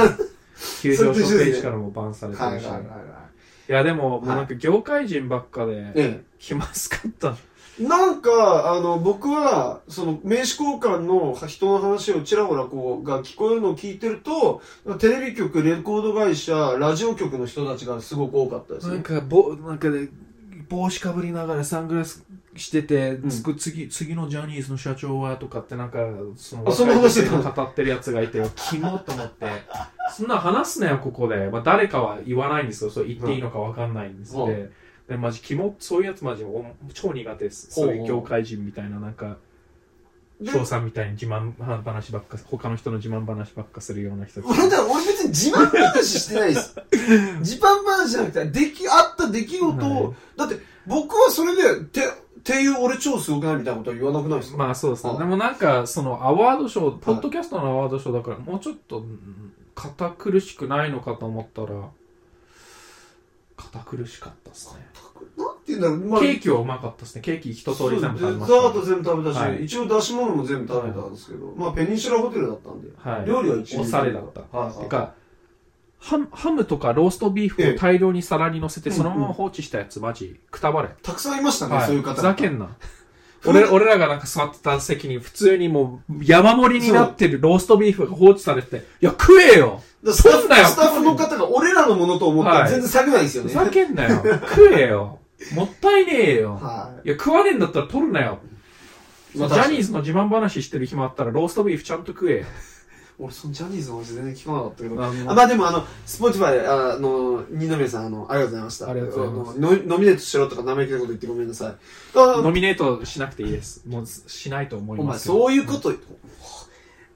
[SPEAKER 3] 急上
[SPEAKER 1] それと一緒
[SPEAKER 3] 昇
[SPEAKER 1] です
[SPEAKER 3] ペ
[SPEAKER 1] ね
[SPEAKER 3] ージからもバンされて
[SPEAKER 1] はいは
[SPEAKER 3] る
[SPEAKER 1] い
[SPEAKER 3] し。
[SPEAKER 1] はいはい
[SPEAKER 3] いや、でも、もうなんか業界人ばっかで、
[SPEAKER 1] え
[SPEAKER 3] 気まずかった。
[SPEAKER 1] え。なんか、あの、僕は、その、名刺交換の人の話をちらほらこう、が聞こえるのを聞いてると、テレビ局、レコード会社、ラジオ局の人たちがすごく多かったですね。
[SPEAKER 3] か、ぼ、なんかで、帽子かぶりながらサングラスしてて
[SPEAKER 1] つ
[SPEAKER 3] 次、次のジャニーズの社長はとかってなんか、そ
[SPEAKER 1] あそんな話してたの
[SPEAKER 3] 語ってるやつがいて、キモと思って、そんな話すなよ、ここで。まあ、誰かは言わないんですよ。そう言っていいのかわかんないんです
[SPEAKER 1] うん
[SPEAKER 3] で、で、マジ、キモ、そういうやつマジ、お超苦手です。
[SPEAKER 1] ほう
[SPEAKER 3] そういう業界人みたいな、なんか、
[SPEAKER 1] で
[SPEAKER 3] 翔さんみたいに自慢話ばっか、他の人の自慢話ばっかするような人たち
[SPEAKER 1] 俺だ、俺別に自慢話してな いです。自慢話じゃなくて、でき、あった出来事を、
[SPEAKER 3] はい
[SPEAKER 1] だって、僕はそれで、て、ていう俺超すごくないみたいなことは言わなくないですか、
[SPEAKER 3] まあそうです
[SPEAKER 1] は
[SPEAKER 3] ね。
[SPEAKER 1] い
[SPEAKER 3] でもなんか、そのアワードショー、ポッドキャストのアワードショーだから、もうちょっと、うん堅苦しくないのかと思ったら、堅苦しかったですね。
[SPEAKER 1] なんて言うんだろう、まあ
[SPEAKER 3] ケーキはうまかったですね。ケーキ一通り全部食べまし
[SPEAKER 1] そうデザート
[SPEAKER 3] た。
[SPEAKER 1] 全部食べたし、
[SPEAKER 3] はい
[SPEAKER 1] 一応出し物も全部食べたんですけど、まあペニンシュラホテルだったんで、
[SPEAKER 3] はい。
[SPEAKER 1] 料理は一応
[SPEAKER 3] おされだった。
[SPEAKER 1] はいはい
[SPEAKER 3] てか、ハムハムとかローストビーフを大量に皿に乗せて、
[SPEAKER 1] ええ
[SPEAKER 3] そのまま放置したやつ、マジ、くたばれ。
[SPEAKER 1] たくさんいましたね、
[SPEAKER 3] はい
[SPEAKER 1] そういう方
[SPEAKER 3] ふざけんな。俺俺らがなんか座ってた席に普通にもう山盛りになってるローストビーフが放置されてて、いや食えよ
[SPEAKER 1] だスタ
[SPEAKER 3] そ
[SPEAKER 1] ッフ
[SPEAKER 3] んなよ
[SPEAKER 1] スタッフの方が俺らのものと思ったら
[SPEAKER 3] はい
[SPEAKER 1] 全然下げないんですよ
[SPEAKER 3] ふ
[SPEAKER 1] ね。
[SPEAKER 3] ざけんなよ。食えよ。もったいねえよ。
[SPEAKER 1] はい
[SPEAKER 3] や、食わねえんだったら取るなよ。
[SPEAKER 1] い。
[SPEAKER 3] ジ
[SPEAKER 1] まあ
[SPEAKER 3] ャニーズの自慢話してる暇あったらローストビーフちゃんと食えよ。
[SPEAKER 1] 俺、そのジャニーズの話全然聞かなかったけど。
[SPEAKER 3] あ
[SPEAKER 1] あまあでもあの、スポーティファイ、あの、二宮さん、あの、ありがとうございました。。
[SPEAKER 3] ありがとうございます
[SPEAKER 1] のノミネートしろとか生意気なこと言ってごめんなさい。あ
[SPEAKER 3] ノミネートしなくていいです。もうしないと思い
[SPEAKER 1] お前、
[SPEAKER 3] ます。
[SPEAKER 1] そういうこと、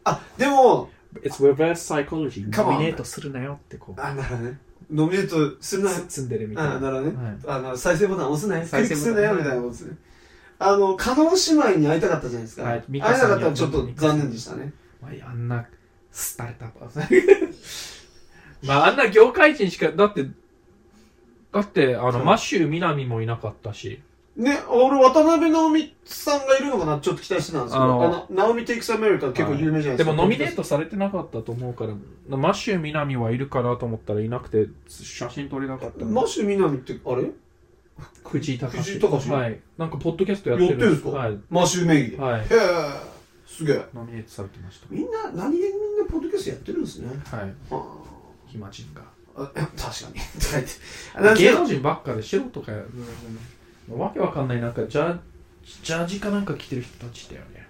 [SPEAKER 1] あ、でも、
[SPEAKER 3] It's reverse psychology.
[SPEAKER 1] Come on
[SPEAKER 3] ノミネートするなよってこう、
[SPEAKER 1] あ、ならね、ノミネートするな
[SPEAKER 3] つ積んでるみたい
[SPEAKER 1] あな
[SPEAKER 3] な。
[SPEAKER 1] らね、
[SPEAKER 3] はい
[SPEAKER 1] あの再生ボタン押すなよ、クリ
[SPEAKER 3] 再
[SPEAKER 1] ッ
[SPEAKER 3] 生
[SPEAKER 1] ク
[SPEAKER 3] ボタ
[SPEAKER 1] す
[SPEAKER 3] ン
[SPEAKER 1] るなよみたいなことですね。あの、加納姉妹に会いたかったじゃないですか。
[SPEAKER 3] はい
[SPEAKER 1] 会え
[SPEAKER 3] 美
[SPEAKER 1] な
[SPEAKER 3] 香さん
[SPEAKER 1] か
[SPEAKER 3] に
[SPEAKER 1] ったらちょっと残念でしたね。
[SPEAKER 3] まあ、あんな、廃れた。まあ、あんな業界人しか、だって、だって、あの、マッシュ・ミナミもいなかったし、
[SPEAKER 1] ね、俺、渡辺直美さんがいるのかな、ちょっと期待してたんですけ
[SPEAKER 3] あ
[SPEAKER 1] ど、あ
[SPEAKER 3] の
[SPEAKER 1] の、直美テイクスアメリカ結構有名じゃない
[SPEAKER 3] で
[SPEAKER 1] ですか。
[SPEAKER 3] もノミネートされてなかったと思うから、マッシュ・ミナミはいるかなと思ったらいなくて、写真撮れなかった
[SPEAKER 1] マッシュみなみって、あれ
[SPEAKER 3] 藤井隆。
[SPEAKER 1] 藤井隆
[SPEAKER 3] はい。なんか、ポッドキャストやってる
[SPEAKER 1] やってるんですか
[SPEAKER 3] はい。
[SPEAKER 1] マッシュ名義で。へ
[SPEAKER 3] はい。
[SPEAKER 1] え、すげえ。
[SPEAKER 3] ノミネートされてまし
[SPEAKER 1] みんな、何気にみんなポッドキャストやってるんですね。
[SPEAKER 3] た。はい。
[SPEAKER 1] は
[SPEAKER 3] 暇人が。
[SPEAKER 1] あ、あ確 かに。なん
[SPEAKER 3] 芸
[SPEAKER 1] か
[SPEAKER 3] 能人ばっかで素人かよ。わけわかんない、なんか、ジャジャージかなんか着てる人たちだよね。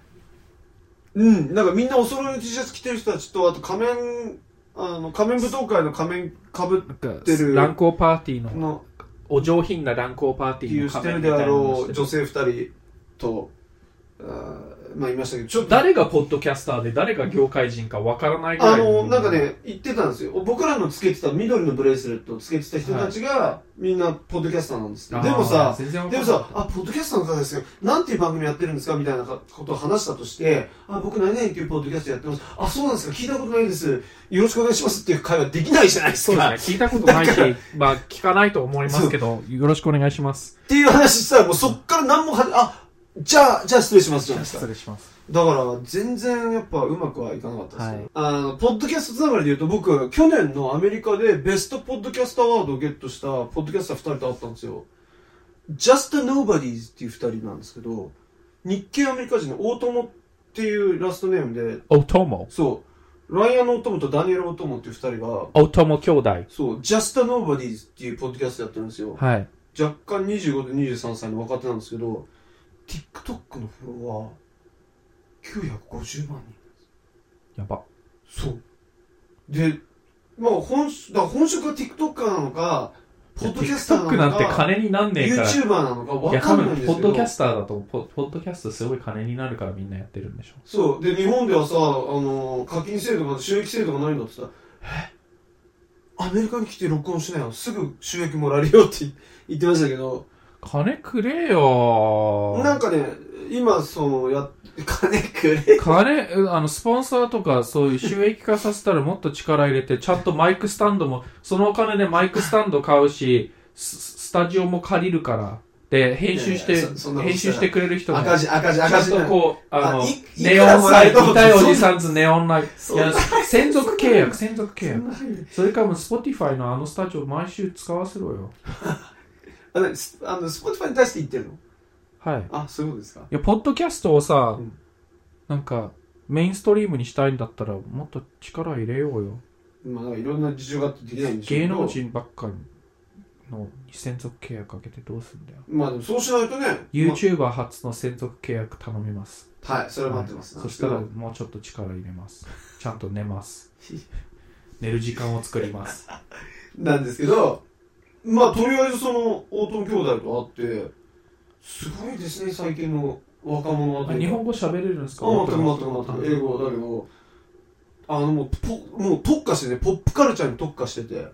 [SPEAKER 1] うん、なんかみんなお揃いの T シャツ着てる人たちと、あと仮面、あの、仮面舞踏会の仮面かぶ
[SPEAKER 3] なんか
[SPEAKER 1] て、る
[SPEAKER 3] 乱交パーティーの、
[SPEAKER 1] の、
[SPEAKER 3] お上品な乱交パーテ
[SPEAKER 1] っ
[SPEAKER 3] ィ
[SPEAKER 1] てい
[SPEAKER 3] ー
[SPEAKER 1] う
[SPEAKER 3] の
[SPEAKER 1] し
[SPEAKER 3] 仮
[SPEAKER 1] てる
[SPEAKER 3] 面
[SPEAKER 1] で
[SPEAKER 3] みたい
[SPEAKER 1] あ
[SPEAKER 3] なのを
[SPEAKER 1] ろう
[SPEAKER 3] して
[SPEAKER 1] 女性二人と、あーまあ言いましたけど、ちょっと、
[SPEAKER 3] 誰がポッドキャスターで誰が業界人かわからないぐら
[SPEAKER 1] あ
[SPEAKER 3] い
[SPEAKER 1] の、なんかね、言ってたんですよ。僕らのつけてた、緑のブレスレットをつけてた人たちが、みんな、ポッドキャスターなんです
[SPEAKER 3] あ
[SPEAKER 1] っ
[SPEAKER 3] ー
[SPEAKER 1] て。でもさ、
[SPEAKER 3] 全然わか
[SPEAKER 1] で
[SPEAKER 3] ん
[SPEAKER 1] も
[SPEAKER 3] ない
[SPEAKER 1] さ、あ、ポッドキャスターの方ですよ。なんていう番組やってるんですかみたいなことを話したとして、あ、僕何々っていうポッドキャストやってます。あ、そうなんですか聞いたことないです。よろしくお願いしますっていう会話できないじゃないです
[SPEAKER 3] そう
[SPEAKER 1] か。
[SPEAKER 3] ですね聞いたことないし
[SPEAKER 1] だから
[SPEAKER 3] まあ聞かないと思いますけどよろしくお願いします
[SPEAKER 1] っていう話したら、もうそっから何もは、あ、じゃあ、じゃあ失礼しますじゃないですか。
[SPEAKER 3] 礼します
[SPEAKER 1] だから、全然やっぱうまくはいかなかったですね。
[SPEAKER 3] はい
[SPEAKER 1] あの、ポッドキャストつながりで言うと、僕、去年のアメリカでベストポッドキャストアワードをゲットした、ポッドキャスター2人と会ったんですよ。Just a Nobody's っていう2人なんですけど、日系アメリカ人の大友っていうラストネームで、
[SPEAKER 3] おとも
[SPEAKER 1] そう、ライアン・オトモとダニエル・オトモっていう2人が、
[SPEAKER 3] おとも兄弟
[SPEAKER 1] そう、Just a Nobody's っていうポッドキャストやってるんですよ。
[SPEAKER 3] はい
[SPEAKER 1] 若干25と23歳の若手なんですけど TikTok のフォロワー950万人
[SPEAKER 3] やば
[SPEAKER 1] そうでまあ本だから本職は TikToker なのかポッドキャスタ
[SPEAKER 3] TikTok
[SPEAKER 1] ーな
[SPEAKER 3] なん
[SPEAKER 1] の
[SPEAKER 3] て
[SPEAKER 1] か
[SPEAKER 3] 金になんねえから
[SPEAKER 1] YouTuber なのか
[SPEAKER 3] い
[SPEAKER 1] わ
[SPEAKER 3] や
[SPEAKER 1] か
[SPEAKER 3] 多
[SPEAKER 1] んな
[SPEAKER 3] 分
[SPEAKER 1] いんですけ
[SPEAKER 3] ポ
[SPEAKER 1] ど
[SPEAKER 3] ッドキャスターだとポポッドキャストすごい金になるからみんなやってるんでしょ
[SPEAKER 1] そうで日本ではさあの課金制度が収益制度がないんだってさえアメリカに来て録音しないのすぐ収益もらえるよって言ってましたけど
[SPEAKER 3] 金くれよー
[SPEAKER 1] なんかね、今、その、やっ、金くれ。
[SPEAKER 3] 金、うんあの、スポンサーとか、そういう収益化させたらもっと力入れて、ちゃんとマイクスタンドも、そのお金でマイクスタンド買うし、ススタジオも借りるから、で、編集して、
[SPEAKER 1] いやいやそそんなこと
[SPEAKER 3] 編集してくれる人も、
[SPEAKER 1] 赤
[SPEAKER 3] ち
[SPEAKER 1] 字、赤字、
[SPEAKER 3] ゃ
[SPEAKER 1] 赤
[SPEAKER 3] ん
[SPEAKER 1] 字。
[SPEAKER 3] とこう、あの
[SPEAKER 1] あい、いく
[SPEAKER 3] ネ
[SPEAKER 1] ら
[SPEAKER 3] オンライ
[SPEAKER 1] された
[SPEAKER 3] ト、
[SPEAKER 1] の
[SPEAKER 3] 痛いおじさんずネオンライト。
[SPEAKER 1] そ
[SPEAKER 3] いうや、専属契約、専属契
[SPEAKER 1] そん
[SPEAKER 3] 約。
[SPEAKER 1] なに
[SPEAKER 3] それからもう、スポティファイのあのスタジオ毎週使わせろよ。
[SPEAKER 1] あの、スあのスポティファイに対して言ってるの
[SPEAKER 3] はい。
[SPEAKER 1] あ、そういうことですか
[SPEAKER 3] いや、ポッドキャストをさ、
[SPEAKER 1] うん
[SPEAKER 3] なんか、メインストリームにしたいんだったら、もっと力入れようよ。
[SPEAKER 1] まあ、なんかいろんな事情があってできないんでしょう
[SPEAKER 3] 芸
[SPEAKER 1] けど
[SPEAKER 3] 能。人ばっかの専属契約かけてどうすんだよ
[SPEAKER 1] まあ、でもそうしないとね。ま
[SPEAKER 3] YouTuber 初の専属契約頼みます
[SPEAKER 1] あはい、それは待ってます。
[SPEAKER 3] はいそしたら
[SPEAKER 1] うん
[SPEAKER 3] もうちょっと力入れ ますちゃんと寝ます 寝る時間を作ります
[SPEAKER 1] なんですけど、まあ、とりあえずその、大友兄弟と会って、すごいですね、最近の若者はと
[SPEAKER 3] あ
[SPEAKER 1] いうか。
[SPEAKER 3] 日本語喋れるんですか
[SPEAKER 1] あ、待ってる待ってる待ってる。英語だけど、あの、もう、ポもう特化してね、ポップカルチャーに特化してて。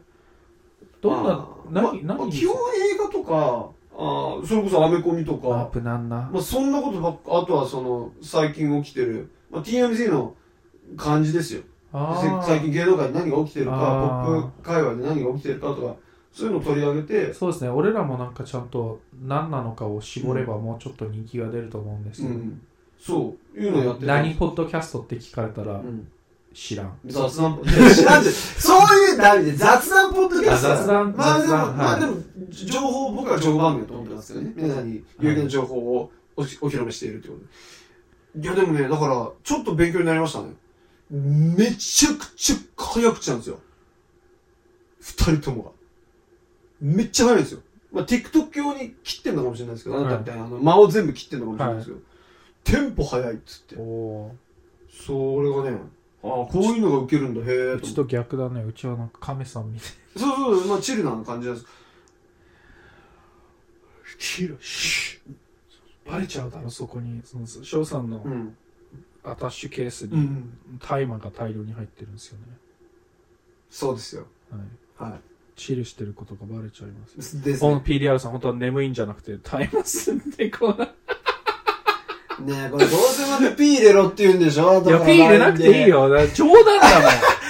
[SPEAKER 3] どんな
[SPEAKER 1] あー
[SPEAKER 3] 何
[SPEAKER 1] まあ
[SPEAKER 3] 何
[SPEAKER 1] 基本映画とか、あーそれこそアメコミと
[SPEAKER 3] あ
[SPEAKER 1] か、
[SPEAKER 3] 無難な
[SPEAKER 1] まあ、そんなことばっか、あとはその、最近起きてる、まあ、TMZ の感じですよ。
[SPEAKER 3] あ
[SPEAKER 1] せ最近芸能界で何が起きてるか、ポ
[SPEAKER 3] あー
[SPEAKER 1] ップ界隈で何が起きてるかとか、そういうのを取り上げて
[SPEAKER 3] ー、そうですね俺らもなんかちゃんと何なのかを絞ればもうちょっと人気が出ると思うんです
[SPEAKER 1] う
[SPEAKER 3] よ、
[SPEAKER 1] ん、そう、いうのをやってた
[SPEAKER 3] 何ポッドキャストって聞かれたら
[SPEAKER 1] うん
[SPEAKER 3] 知らん
[SPEAKER 1] 雑談、いや知らんで、そういうダメで雑談ポッドキャスト。
[SPEAKER 3] あ雑談
[SPEAKER 1] まあで
[SPEAKER 3] 雑
[SPEAKER 1] も、
[SPEAKER 3] 談
[SPEAKER 1] まあ
[SPEAKER 3] はい
[SPEAKER 1] でも、情報、僕は情報番組だと思ってますけどね。皆さんに有益な情報をおしお披露目しているということで。いやでもね、だから、ちょっと勉強になりましたね。めちゃくちゃ早口なんですよ。二人ともが。めっちゃ早いんですよ。まあ TikTok 用に切ってんのかもしれないですけど、あなたみたいな、あの、間を全部切ってんのかもしれないですけど、テンポ早いっつって。
[SPEAKER 3] おお
[SPEAKER 1] それがね、ああ、こういうのがウケるんだ、へえと思
[SPEAKER 3] ー
[SPEAKER 1] っ
[SPEAKER 3] う
[SPEAKER 1] て
[SPEAKER 3] ち。と逆だねうちはなんか亀さんみたい
[SPEAKER 1] そうそうそう、まあ、チルな感じなんです。チル、シ
[SPEAKER 3] バレちゃうだろそこにその翔さんの
[SPEAKER 1] ュうん。
[SPEAKER 3] アタッシュケース
[SPEAKER 1] う
[SPEAKER 3] に
[SPEAKER 1] ん。
[SPEAKER 3] 大麻が大量に入ってるんですよね、
[SPEAKER 1] そうですよ。
[SPEAKER 3] はい、
[SPEAKER 1] は
[SPEAKER 3] チルしてることがバレちゃいます
[SPEAKER 1] い。です
[SPEAKER 3] この
[SPEAKER 1] ね。
[SPEAKER 3] PDR さん本当は眠いんじゃなくて大麻吸ってこな
[SPEAKER 1] ねえ、これどうせまでピー入れろって言うんでしょ
[SPEAKER 3] いや P 入れなくていい。よだから冗談だもん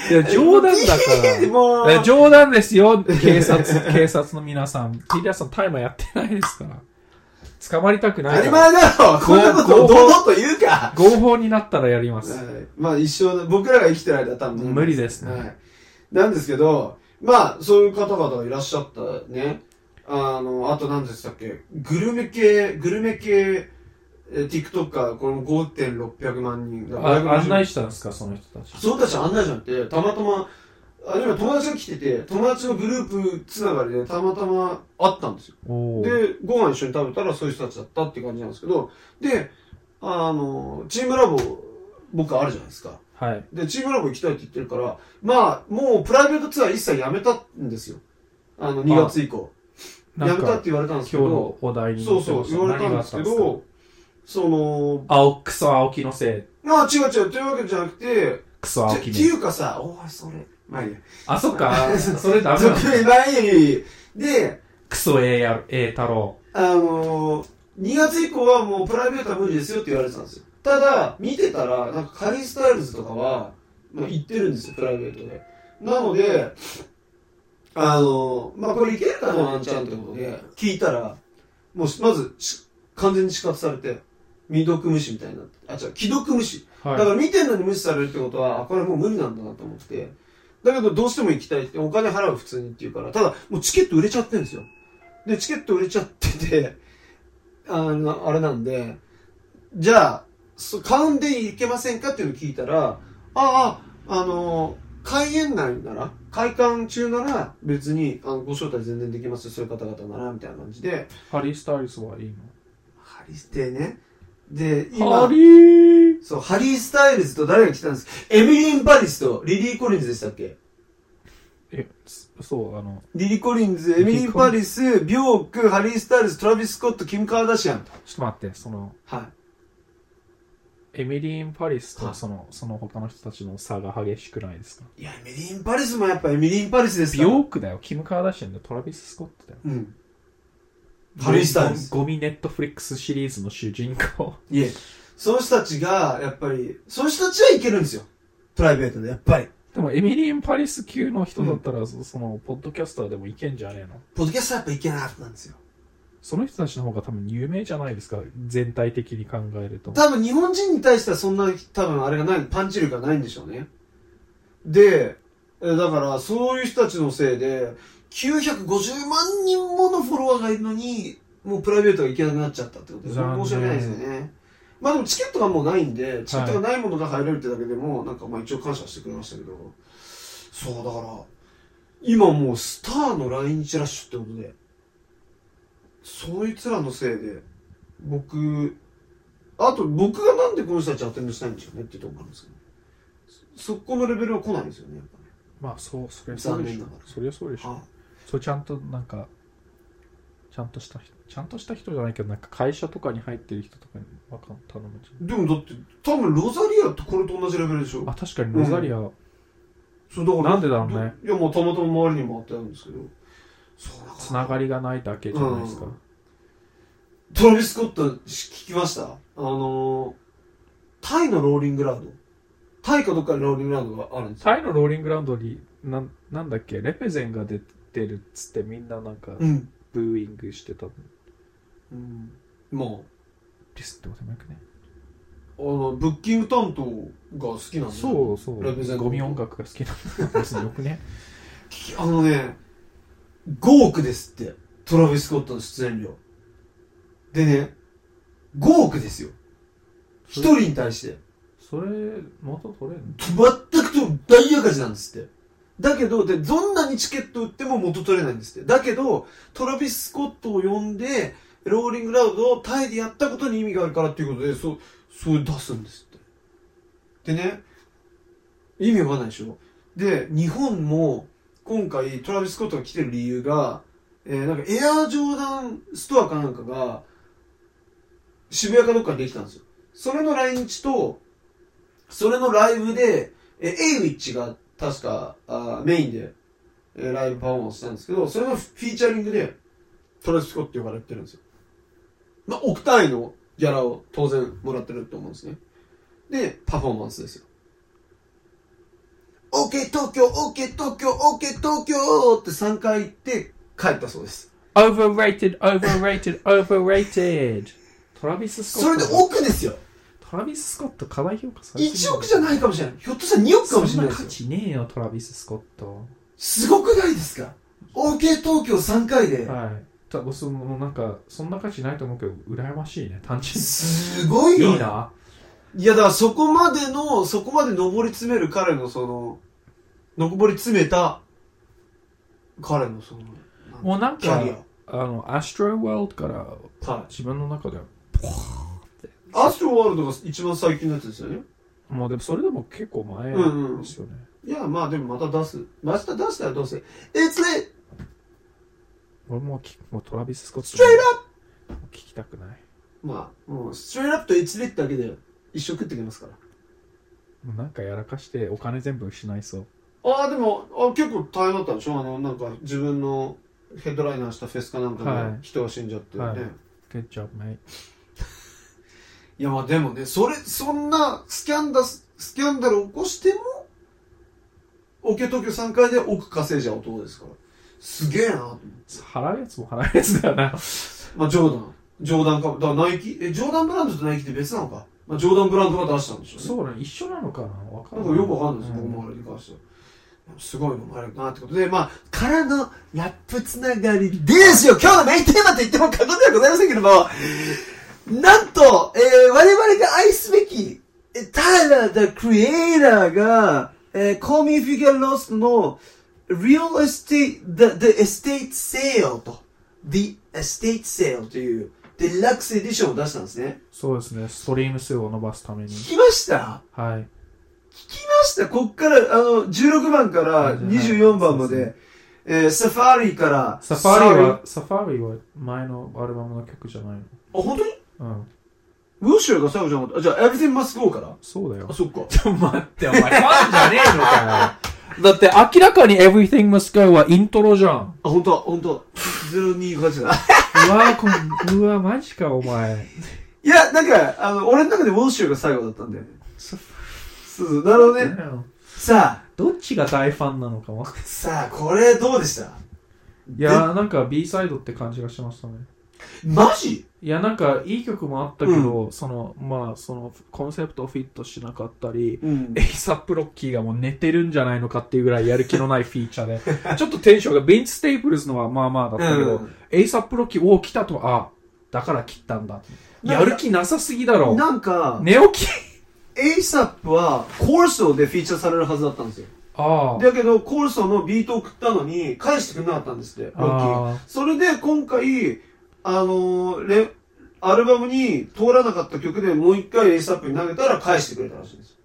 [SPEAKER 3] いや冗談だ
[SPEAKER 1] だから
[SPEAKER 3] か
[SPEAKER 1] もう
[SPEAKER 3] らいや冗談ですよ警察警察の皆さん PDR さん大麻やってないですから捕まりたくな
[SPEAKER 1] 当た
[SPEAKER 3] い
[SPEAKER 1] り
[SPEAKER 3] から
[SPEAKER 1] 前だろこんなことを堂々と言うか
[SPEAKER 3] 合法になったらやりま
[SPEAKER 1] は
[SPEAKER 3] す
[SPEAKER 1] いまあ一生、僕らが生きてる間は多分
[SPEAKER 3] 無理ですね
[SPEAKER 1] はい。なんですけど、まあ、そういう方々がいらっしゃったね。あの、あと何でしたっけグルメ系、グルメ系、えー TikToker、この5.600万人だから。
[SPEAKER 3] あ案内したんですかその人たち
[SPEAKER 1] その人たち案内じゃんって、たまたま、あ今友達が来てて、友達のグループつながりでたまたま会ったんですよ。
[SPEAKER 3] おー
[SPEAKER 1] で、ご飯一緒に食べたらそういう人たちだったって感じなんですけど、で、あの、チームラボ、僕あるじゃないですか。
[SPEAKER 3] はい
[SPEAKER 1] で、チームラボ行きたいって言ってるから、まあ、もうプライベートツアー一切やめたんですよ。あの、2月以降。
[SPEAKER 3] な
[SPEAKER 1] や
[SPEAKER 3] ん
[SPEAKER 1] め
[SPEAKER 3] か
[SPEAKER 1] たって言われたんですけ
[SPEAKER 3] 今日
[SPEAKER 1] ど、
[SPEAKER 3] のお題に
[SPEAKER 1] そうそう、言われたんですけど、その、
[SPEAKER 3] 青、クソ青木のせい。
[SPEAKER 1] まあ違う違う、というわけじゃなくて、
[SPEAKER 3] クソ青
[SPEAKER 1] って
[SPEAKER 3] 木
[SPEAKER 1] い
[SPEAKER 3] に。
[SPEAKER 1] うかさ、おい、それ、まあいいや。
[SPEAKER 3] あ、そっか。 それダメ
[SPEAKER 1] そ
[SPEAKER 3] な
[SPEAKER 1] っ
[SPEAKER 3] の。
[SPEAKER 1] か、まあいいで、
[SPEAKER 3] クソ A や、A 太郎。
[SPEAKER 1] あのー、2月以降はもうプライベートは無理ですよって言われてたんですよ。ただ、見てたら、なんかカリースタイルズとかは、まあ、行ってるんですよ、プライベートで。なので、あのー、まあこれいけるかな、ワンちゃんってことで、聞いたら、もうしまずし、完全に死活されて、未読無視みたいになって、あ、違う、既読無視。だか
[SPEAKER 3] は
[SPEAKER 1] ら見てんのに無視されるってことは、あこれもう無理なんだなと思って。だけどどうしても行きたいって、お金払う普通にって言うから、ただもうチケット売れちゃってるんですよ。で、チケット売れちゃってて、 あの、あれなんで、じゃあ、そ買うんで行けませんかっていうのを聞いたら、ああ、あの、開園内なら、開館中なら別にあのご招待全然できますよ、そういう方々なら、みたいな感じで、
[SPEAKER 3] い。ハリー・スタイルズはいい
[SPEAKER 1] ハリステね。で、
[SPEAKER 3] のハ
[SPEAKER 1] 今、
[SPEAKER 3] リー
[SPEAKER 1] そう、ハリー・スタイルズと誰が来たんですかエミリン・パリスとリリー・コリンズでしたっけ
[SPEAKER 3] え、そう、あの、
[SPEAKER 1] リリー・コリンズ、エミリン・パリス、ビョーク、ハリー・スタイルズ、トラビス・スコット、キム・カーダシアン。
[SPEAKER 3] ちょっと待って、その、
[SPEAKER 1] は
[SPEAKER 3] エミリーン・パリス
[SPEAKER 1] は
[SPEAKER 3] と
[SPEAKER 1] い
[SPEAKER 3] その、その他の人たちの差が激しくないですか
[SPEAKER 1] い。いや、エミリン・パリスもやっぱエミリン・パリスです
[SPEAKER 3] ビ
[SPEAKER 1] か
[SPEAKER 3] ヨ
[SPEAKER 1] ら。
[SPEAKER 3] ークだよ。キム・カーダシアンでトラビス・スコットだよ。
[SPEAKER 1] うん。ハリー・スタイルズ。
[SPEAKER 3] ゴミゴミネットフリックスシリーズの主人公。
[SPEAKER 1] いえ、その人たちが、やっぱり、その人たちはいけるんですよ。プライベートで、やっぱり。
[SPEAKER 3] でも、エミリーン・パリス級の人だったら、そその、ポッドキャスターでもいけんじゃねえの
[SPEAKER 1] ポッドキャストはやっぱいけなかったんですよ。
[SPEAKER 3] その人たちの方が多分有名じゃないですか。全体的に考えると。
[SPEAKER 1] 多分日本人に対してはそんな多分あれがないパンチ力がないんでしょうねでえだからそういう人たちのせいで950万人ものフォロワーがいるのにもうプライベートが行けなくなっちゃったってことです
[SPEAKER 3] 残念
[SPEAKER 1] 申し訳ないですよねまあでもチケットがもうないんでチケットがないものが入れるってだけでも、なんかまあ一応感謝してくれましたけどそうだから今もうスターの来日ラッシュってことでそいつらのせいで僕あと僕がなんでこの人たちアテンドしたいんでしょうねっていうところなんですけどそそこのレベルは来ないですよねやっぱね
[SPEAKER 3] まあ、そう、そりゃそうでし
[SPEAKER 1] 残念な
[SPEAKER 3] ょ
[SPEAKER 1] がら。
[SPEAKER 3] そりゃそうでしょ。そうちゃんとなんかちゃんとした人ちゃんとした人じゃないけどなんか会社とかに入ってる人とかにわかん頼むじゃ
[SPEAKER 1] でもだって多分ロザリアとこれと同じレベルでしょ
[SPEAKER 3] んあ確かにロザリア、
[SPEAKER 1] そうだから
[SPEAKER 3] なんでだろうね
[SPEAKER 1] いやもうたまたま周りにもあってあるんですけどそうだ
[SPEAKER 3] つながりがないだけじゃないですか、
[SPEAKER 1] うんトラビス・スコットし聞きましたあのー、タイのローリングラウンドタイかどっかにローリングラウンドがあるんですよ
[SPEAKER 3] タイのローリングラウンドになんなんだっけレペゼンが出てるっつってみんななんか
[SPEAKER 1] うん、
[SPEAKER 3] ブーイングしてたの
[SPEAKER 1] うん、も
[SPEAKER 3] リスってこともよくね
[SPEAKER 1] うあのブッキング担当が好きなんで
[SPEAKER 3] そうそ
[SPEAKER 1] レペゼン
[SPEAKER 3] うゴミ音楽が好き なんだ別によくね
[SPEAKER 1] きあのね、5億ですって。トラビス・スコットの出演料。でね、5億ですよ。一人に対して。
[SPEAKER 3] それ元取れんの
[SPEAKER 1] 全くと大赤字なんですって。だけど、で、どんなにチケット売っても元取れないんですって。だけど、トラビス・スコットを呼んで、ローリングラウンドをタイでやったことに意味があるからっていうことで、そう、そう出すんですって。でね、意味わかんないでしょで、日本も、今回、トラビス・スコットが来てる理由が、えー、なんか、エアージョーダンストアかなんかが、渋谷かどっかにできたんですよ。それの来日と、それのライブで、えー、エイウィッチが確かあーメインで、えーライブパフォーマンスしたんですけど、それのフィーチャリングで、トラスコって呼ばれてるんですよ。まあ、億単位のギャラを当然もらってると思うんですね。で、パフォーマンスですよ。オーケー東京、オーケー東京、オーケー東京って3回言って帰ったそうです。
[SPEAKER 3] Overrated, overrated, overrated トラビス・スコ
[SPEAKER 1] それ
[SPEAKER 3] ッ
[SPEAKER 1] で
[SPEAKER 3] ト
[SPEAKER 1] 億ですよ。
[SPEAKER 3] トラビス・スコット課題評価されて
[SPEAKER 1] 1億じゃないかもしれない。ひょっとしたら2億かもしれないで
[SPEAKER 3] そん
[SPEAKER 1] す
[SPEAKER 3] 価値
[SPEAKER 1] よ。
[SPEAKER 3] ねえよトラビス・スコット
[SPEAKER 1] すごくないですか ?OK 東京3回で。
[SPEAKER 3] はいたそのなんかそんな価値ないと思うけど羨ましいね単純
[SPEAKER 1] すごい
[SPEAKER 3] に
[SPEAKER 1] よ。
[SPEAKER 3] いいない
[SPEAKER 1] や、だからそこまでの、そこまで登り詰める彼のその、登り詰めた、彼のその、なん
[SPEAKER 3] もうなん
[SPEAKER 1] キャ
[SPEAKER 3] か
[SPEAKER 1] リ
[SPEAKER 3] あのアストロワールドから
[SPEAKER 1] ア。はい。
[SPEAKER 3] 自分の中では
[SPEAKER 1] アストロワールドが一番最近のやつですよね。
[SPEAKER 3] もうでもそれでも結構前
[SPEAKER 1] う
[SPEAKER 3] で
[SPEAKER 1] んうん。い
[SPEAKER 3] すよね、
[SPEAKER 1] や、まあでもまた出す。また出したらどうせ。It's late!
[SPEAKER 3] 俺もうきもうトラビス・スコット
[SPEAKER 1] Straight
[SPEAKER 3] もう聞きたくない
[SPEAKER 1] まあ、もう、スチュエラプト1リットルだけで一生食ってきますから。
[SPEAKER 5] なんかやらかしてお金全部失いそう。
[SPEAKER 1] ああ、でも、あ結構大変だったんでしょあの、なんか自分のヘッドライナーしたフェスかなんか
[SPEAKER 3] はい
[SPEAKER 1] で人が死んじゃってね。
[SPEAKER 3] はい
[SPEAKER 1] い、
[SPEAKER 3] Good job, mate.
[SPEAKER 1] や、まあでもね、それ、そんなスキャンダス、スキャンダル起こしても、オケ東京3回で億稼いじゃう男ですから。すげえなと思って。
[SPEAKER 3] 払うやつも払うやつだよな。
[SPEAKER 1] まあ、ジョーダン。ジョーダンか、だからナイキ、え、ジョーダンブランドとナイキって別なのか。まあ、ジョーダンブランドが出したんでしょうね。
[SPEAKER 3] そうだね、一緒なのかなわかん
[SPEAKER 1] な
[SPEAKER 3] なんい。
[SPEAKER 1] かよくわかんないです、
[SPEAKER 3] う
[SPEAKER 1] 僕もあれに関しては。すごいのもあるなってことで、まあ、からのラップつながりですよ今日のメインテーマと言っても過言ではございませんけども、なんと、えー、我々が愛すべき、えータイラー・ザ・クリエイターが、えー、Call Me If You Get Lost の Real Estate, The, the Estate Sale と、The Estate Sale というデラックスエディションを出したんですね。
[SPEAKER 3] そうですね、ストリーム数を伸ばすために。
[SPEAKER 1] 聞きました
[SPEAKER 3] はい。
[SPEAKER 1] 聞きましたこっから、あの、16番から24番まで、えー、サファリから、
[SPEAKER 3] サファリ
[SPEAKER 1] サ
[SPEAKER 3] は、サファリは前のアルバムの曲じゃない
[SPEAKER 1] あ、本当に
[SPEAKER 3] の。うん。
[SPEAKER 1] ウォッシュが最後じゃなかったあ、じゃあ、Everything Must Go から
[SPEAKER 3] そうだよ
[SPEAKER 1] あ、。そっか。
[SPEAKER 3] ちょ、待って、お前、ファンじゃねえのかよ。だって、明らかに Everything Must Go はイントロじゃん。
[SPEAKER 1] あ、本当だ、本当だ。028だ。
[SPEAKER 3] うわこん、うわマジか、お前。
[SPEAKER 1] いや、なんか、あの、俺の中でウォッシュが最後だったんだよね。そうそう、なるほどね。さあ、
[SPEAKER 3] どっちが大ファンなのかわかんない
[SPEAKER 1] さあ、これどうでした
[SPEAKER 3] いやー、なんか B サイドって感じがしましたね。
[SPEAKER 1] マジ
[SPEAKER 3] いや、なんか、いい曲もあったけど、その、まあ、その、コンセプトフィットしなかったり、
[SPEAKER 1] うん
[SPEAKER 3] エイサップロッキーがもう寝てるんじゃないのかっていうぐらいやる気のないフィーチャーで、 ちょっとテンションが、ビンチ・ステイプルズのはまあまあだったけど、
[SPEAKER 1] うん
[SPEAKER 3] エイサップロッキー、おお、来たと、あ、だから切ったんだ。
[SPEAKER 1] な
[SPEAKER 3] や
[SPEAKER 1] んか
[SPEAKER 3] る気なさすぎだろ。
[SPEAKER 1] なんか、
[SPEAKER 3] 寝起き
[SPEAKER 1] ASAP は、コールソーでフィーチャーされるはずだったんですよ。
[SPEAKER 3] あ
[SPEAKER 1] だけど、コールソーのビートを送ったのに、返してくれなかったんですって、
[SPEAKER 3] あ。
[SPEAKER 1] ロッキーが
[SPEAKER 3] あ
[SPEAKER 1] それで今回、あのーレ、アルバムに通らなかった曲でもう一回 ASAP に投げたら返してくれたらしいんですよ。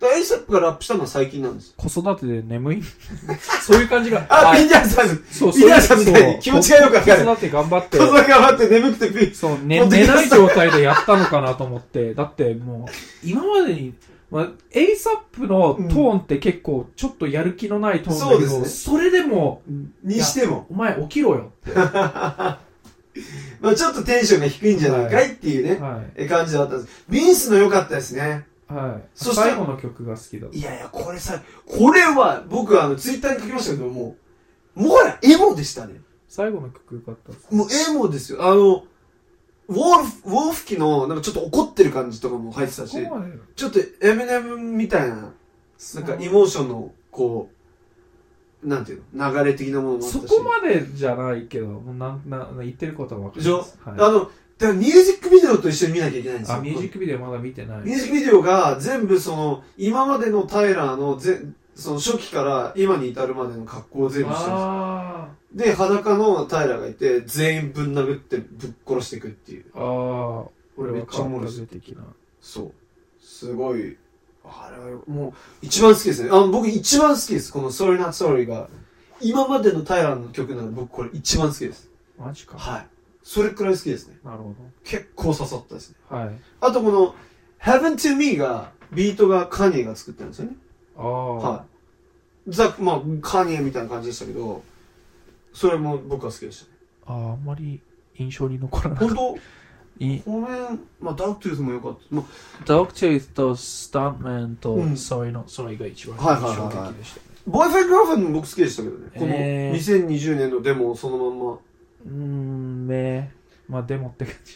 [SPEAKER 1] だから ASAP がラップしたのは最近なんですよ。
[SPEAKER 3] ー子育てで眠い。 そういう感じが。
[SPEAKER 1] あ、
[SPEAKER 3] はい
[SPEAKER 1] ピンジャーさん
[SPEAKER 3] そう、
[SPEAKER 1] ピンジャーさんみたい
[SPEAKER 3] そう
[SPEAKER 1] に気持ちがよくわかる。
[SPEAKER 3] 子育て頑張って
[SPEAKER 1] 子。供が頑張って眠くてピン。
[SPEAKER 3] そう、 ね、
[SPEAKER 1] ポッドキ
[SPEAKER 3] 寝
[SPEAKER 1] ャスト
[SPEAKER 3] ない状態でやったのかなと思って、 だってもう、今までに、まあ、ASAP のトーンって結構、ちょっとやる気のないトーンだけど、
[SPEAKER 1] そうです
[SPEAKER 3] そ
[SPEAKER 1] ね
[SPEAKER 3] れでも、
[SPEAKER 1] にしても、
[SPEAKER 3] お前起きろよ。
[SPEAKER 1] まあちょっとテンションが低いんじゃないかいっていうね、
[SPEAKER 3] は
[SPEAKER 1] え感じだったんです。ビンスの良かったですね。
[SPEAKER 3] い。はい。
[SPEAKER 1] そして
[SPEAKER 3] 最後の曲が好きだった。
[SPEAKER 1] いやいや、これさ、これは、僕あの、ツイッターに書きましたけども、もはやエモでしたね。
[SPEAKER 3] 最後の曲よかったです。
[SPEAKER 1] もうエモですよ。あの、ウォールフ、ウォーフ機の、なんかちょっと怒ってる感じとかも入ってたし、
[SPEAKER 3] ここまで
[SPEAKER 1] ちょっとエミネムみたいな、なんかイモーションの、こう、なんていうの、流れ的なものもあった
[SPEAKER 3] そ
[SPEAKER 1] し。
[SPEAKER 3] こまでじゃないけど、もうなん、な、言ってることは分か
[SPEAKER 1] で
[SPEAKER 3] る。
[SPEAKER 1] しょ、
[SPEAKER 3] はい。
[SPEAKER 1] あの、だからミュージックビデオと一緒に見なきゃいけないんですよ。
[SPEAKER 3] あ、ミュージックビデオまだ見てない。
[SPEAKER 1] ミュージックビデオが全部その、今までのタイラーのぜ、その初期から今に至るまでの格好を全部してるんですよ
[SPEAKER 3] あ
[SPEAKER 1] で、裸のタイラーがいて、全員ぶん殴ってぶっ殺していくっていう。
[SPEAKER 3] ー。あー。俺
[SPEAKER 1] め
[SPEAKER 3] は
[SPEAKER 1] っちゃおもろい
[SPEAKER 3] カンタ的な。
[SPEAKER 1] そう。すごい。あれは、もう、一番好きですね。あの、僕一番好きです。この Sorry Not Sorry が。今までのタイラーの曲なら僕これ一番好きです。
[SPEAKER 3] マジか。
[SPEAKER 1] はい。それくらい好きですね。
[SPEAKER 3] なるほ
[SPEAKER 1] 結構刺さったですね。
[SPEAKER 3] ど。はい。
[SPEAKER 1] あとこの、Heaven to Me が、ビートがカニエが作ってるんですよね。
[SPEAKER 3] ああ。
[SPEAKER 1] はい。ザ、まあ、カニエみたいな感じでしたけど、それも僕は好きでしたね。
[SPEAKER 3] ああ、あんまり印象に残らない。
[SPEAKER 1] 本当
[SPEAKER 3] いい
[SPEAKER 1] この辺、まあ、ダークトゥースも良かった。まあ、
[SPEAKER 3] ダークチェイスとスタントマンと、
[SPEAKER 1] うん
[SPEAKER 3] そういうの、それが一番
[SPEAKER 1] はい
[SPEAKER 3] 印
[SPEAKER 1] はいはいはい
[SPEAKER 3] 象的でしたね。
[SPEAKER 1] ボーイフェングラフェンも僕好きでしたけどね。この
[SPEAKER 3] えー
[SPEAKER 1] 2020年のデモをそのまんま。
[SPEAKER 3] うーん、めまあ、でもって感じ。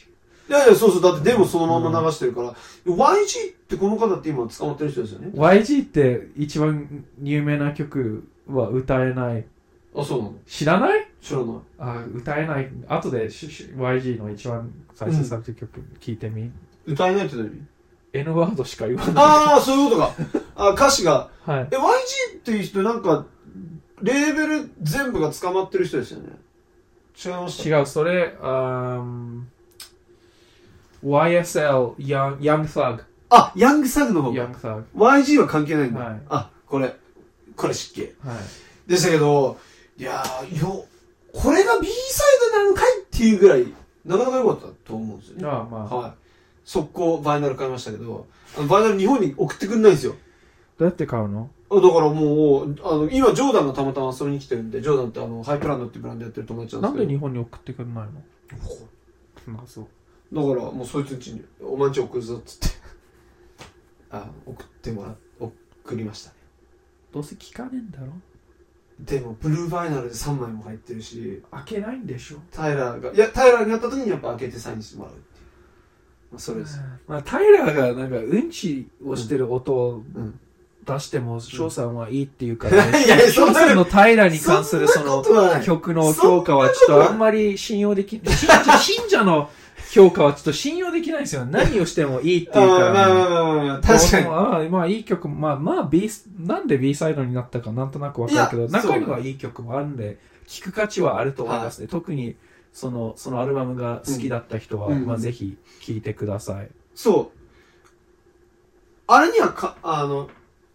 [SPEAKER 1] いやいや、そうそう。だってデモそのまんま流してるから。YG ってこの方って今捕まってる人ですよね。
[SPEAKER 3] YG って一番有名な曲は歌えない。
[SPEAKER 1] あ、そうなの
[SPEAKER 3] 知らない
[SPEAKER 1] 知らない。
[SPEAKER 3] あー歌えない。後でしし YG の一番再生されてる曲聞いてみ。
[SPEAKER 1] 歌えないって何
[SPEAKER 3] N ワードしか言わない。
[SPEAKER 1] ああ、そういうことか。あ歌詞が。
[SPEAKER 3] はい。
[SPEAKER 1] え、YG っていう人なんか、レーベル全部が捕まってる人ですよね。違いました。
[SPEAKER 3] 違う、それ、あーん YSL、Young, Young Thug。
[SPEAKER 1] あ、ヤングサグの方か
[SPEAKER 3] Young Thug。
[SPEAKER 1] YG は関係ないんだ。
[SPEAKER 3] はい
[SPEAKER 1] あ、これ。これ失敬。
[SPEAKER 3] はい。
[SPEAKER 1] でしたけど、いやー、よ、これが B サイドなのかいっていうぐらいなかなか良かったと思うんですよね。
[SPEAKER 6] ああまあ
[SPEAKER 1] はい。速攻バイナル買いましたけど、あのバイナル日本に送ってくんないんですよ。
[SPEAKER 3] どうやって買うの
[SPEAKER 1] あだからもう、あの、今、ジョーダンがたまたま遊びに来てるんで、ジョーダンってあの、ハイプランドっていうブランドやってる友達な
[SPEAKER 3] なんん
[SPEAKER 1] ですけ
[SPEAKER 3] で
[SPEAKER 1] ど。
[SPEAKER 3] 日本に送ってくれないの謎
[SPEAKER 1] だから、もうそいつんちに、お前んち送るぞっつって。あ、送ってもらっ、送りましたね。
[SPEAKER 3] どうせ聞かねえんだろ
[SPEAKER 1] でも、ブルーバイナルで3枚も入ってるし、
[SPEAKER 3] 開けないんでしょ
[SPEAKER 1] タイラーが、いや、タイラーになった時にやっぱ開けてサインしてもらうっていう。まあ、それです。
[SPEAKER 3] まあ、タイラーがなんかうんちをしてる音を
[SPEAKER 1] うん
[SPEAKER 3] 出しても翔さんはいいっていうから、ね
[SPEAKER 1] いやいやそ
[SPEAKER 3] 翔
[SPEAKER 1] んなこと
[SPEAKER 3] さんのタイラーに関するその
[SPEAKER 1] そんなことはない
[SPEAKER 3] 曲の評価はちょっとあんまり信用でき ない信者信者の評価はちょっと信用できないですよ何をしてもいいっていう
[SPEAKER 1] ああ、ま
[SPEAKER 3] か
[SPEAKER 1] あまあまあまあまあ、確かに。
[SPEAKER 3] ああまあいい曲、まあまあ B、なんで B サイドになったかなんとなくわかるけ
[SPEAKER 1] い
[SPEAKER 3] ど、
[SPEAKER 1] やそう
[SPEAKER 3] 中にはいい曲もあるんで、聴く価値はあると思いますね。特に、その、そのアルバムが好きだった人は、
[SPEAKER 1] うん
[SPEAKER 3] まあぜひ聴いてください。
[SPEAKER 1] そう。あれにはか、あの、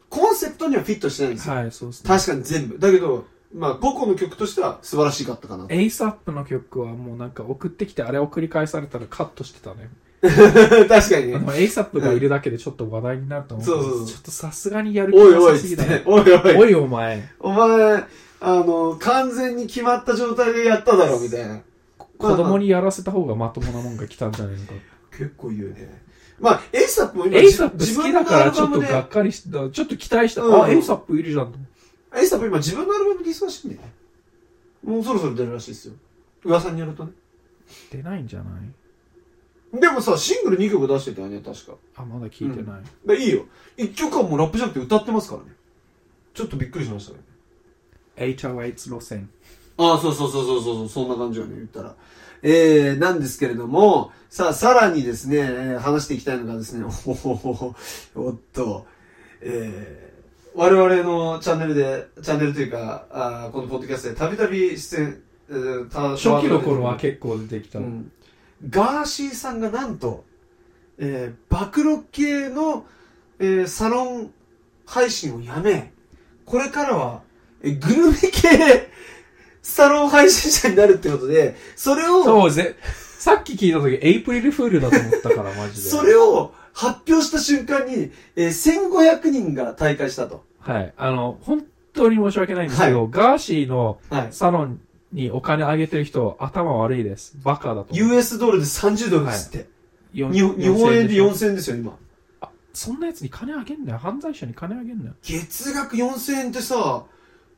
[SPEAKER 1] コンセプトにはフィットしてないんですよ。
[SPEAKER 3] はい、そうですね。
[SPEAKER 1] 確かに全部。だけど、まあ、5個の曲としては素晴らしかったかな。
[SPEAKER 3] エイスアップの曲はもうなんか送ってきて、あれを繰り返されたらカットしてたね。
[SPEAKER 1] 確かに
[SPEAKER 3] あ
[SPEAKER 1] ね。
[SPEAKER 3] の、エイスアップがいるだけでちょっと話題になると思うけど。
[SPEAKER 1] そうそうそう
[SPEAKER 3] ちょっとさすがにやる気
[SPEAKER 1] おいお
[SPEAKER 3] が
[SPEAKER 1] い
[SPEAKER 3] さす
[SPEAKER 1] っつ
[SPEAKER 3] ぎ
[SPEAKER 1] っ
[SPEAKER 3] だ
[SPEAKER 1] て
[SPEAKER 3] ね。。
[SPEAKER 1] おいおい。
[SPEAKER 3] おいお前。
[SPEAKER 1] お前、あの、完全に決まった状態でやっただろ、みたいな。
[SPEAKER 3] 子供にやらせた方がまともなもんが来たんじゃないのか。
[SPEAKER 1] 結構言うね。まあ、エイサップも今
[SPEAKER 3] エイサップ好きだからちょっとが
[SPEAKER 1] で
[SPEAKER 3] っ、かりした、ちょっと期待した。
[SPEAKER 1] うん
[SPEAKER 3] あ、エイサップいるじゃんと思って。
[SPEAKER 1] エイサップ今自分のアルバムで忙しいんだよね。もうそろそろ出るらしいですよ。噂によるとね。
[SPEAKER 3] 出ないんじゃない
[SPEAKER 1] でもさ、シングル2曲出してたよね、確か。
[SPEAKER 3] あ、まだ聞いてない。
[SPEAKER 1] でいいよ。一曲はもうラップじゃなくて歌ってますからね。ちょっとびっくりしましたね。
[SPEAKER 3] 808路線。
[SPEAKER 1] ああ、そうそうそうそうそう、そんな感じよね、言ったら。えー、なんですけれども、さあ、さらにですね、えー話していきたいのがですね、おほほほほおっと、えー、我々のチャンネルで、チャンネルというか、あーこのポッドキャストでたびたび出演、えーた
[SPEAKER 3] 初期の頃は結構出てきた。
[SPEAKER 1] うんガーシーさんがなんと、えー、暴露系の、えーサロン配信をやめ、これからは、えーグルメ系サロン配信者になるってことで、それを、
[SPEAKER 3] そうぜ。さっき聞いた時、エイプリルフールだと思ったから、マジで。
[SPEAKER 1] それを発表した瞬間に、えー1500人が大会したと。
[SPEAKER 3] はい。あの、本当に申し訳ないんですけど、ガーシーの
[SPEAKER 1] はい。
[SPEAKER 3] サロンにお金あげてる人、頭悪いです。バカだと思う。
[SPEAKER 1] US ドルで30ドルですって。
[SPEAKER 3] よん
[SPEAKER 1] 日本日本円で
[SPEAKER 3] しょ
[SPEAKER 1] 4000円ですよ、今。
[SPEAKER 3] そんなやつに金あげんなよ。犯罪者に金あげんなよ。
[SPEAKER 1] 月額4000円ってさ、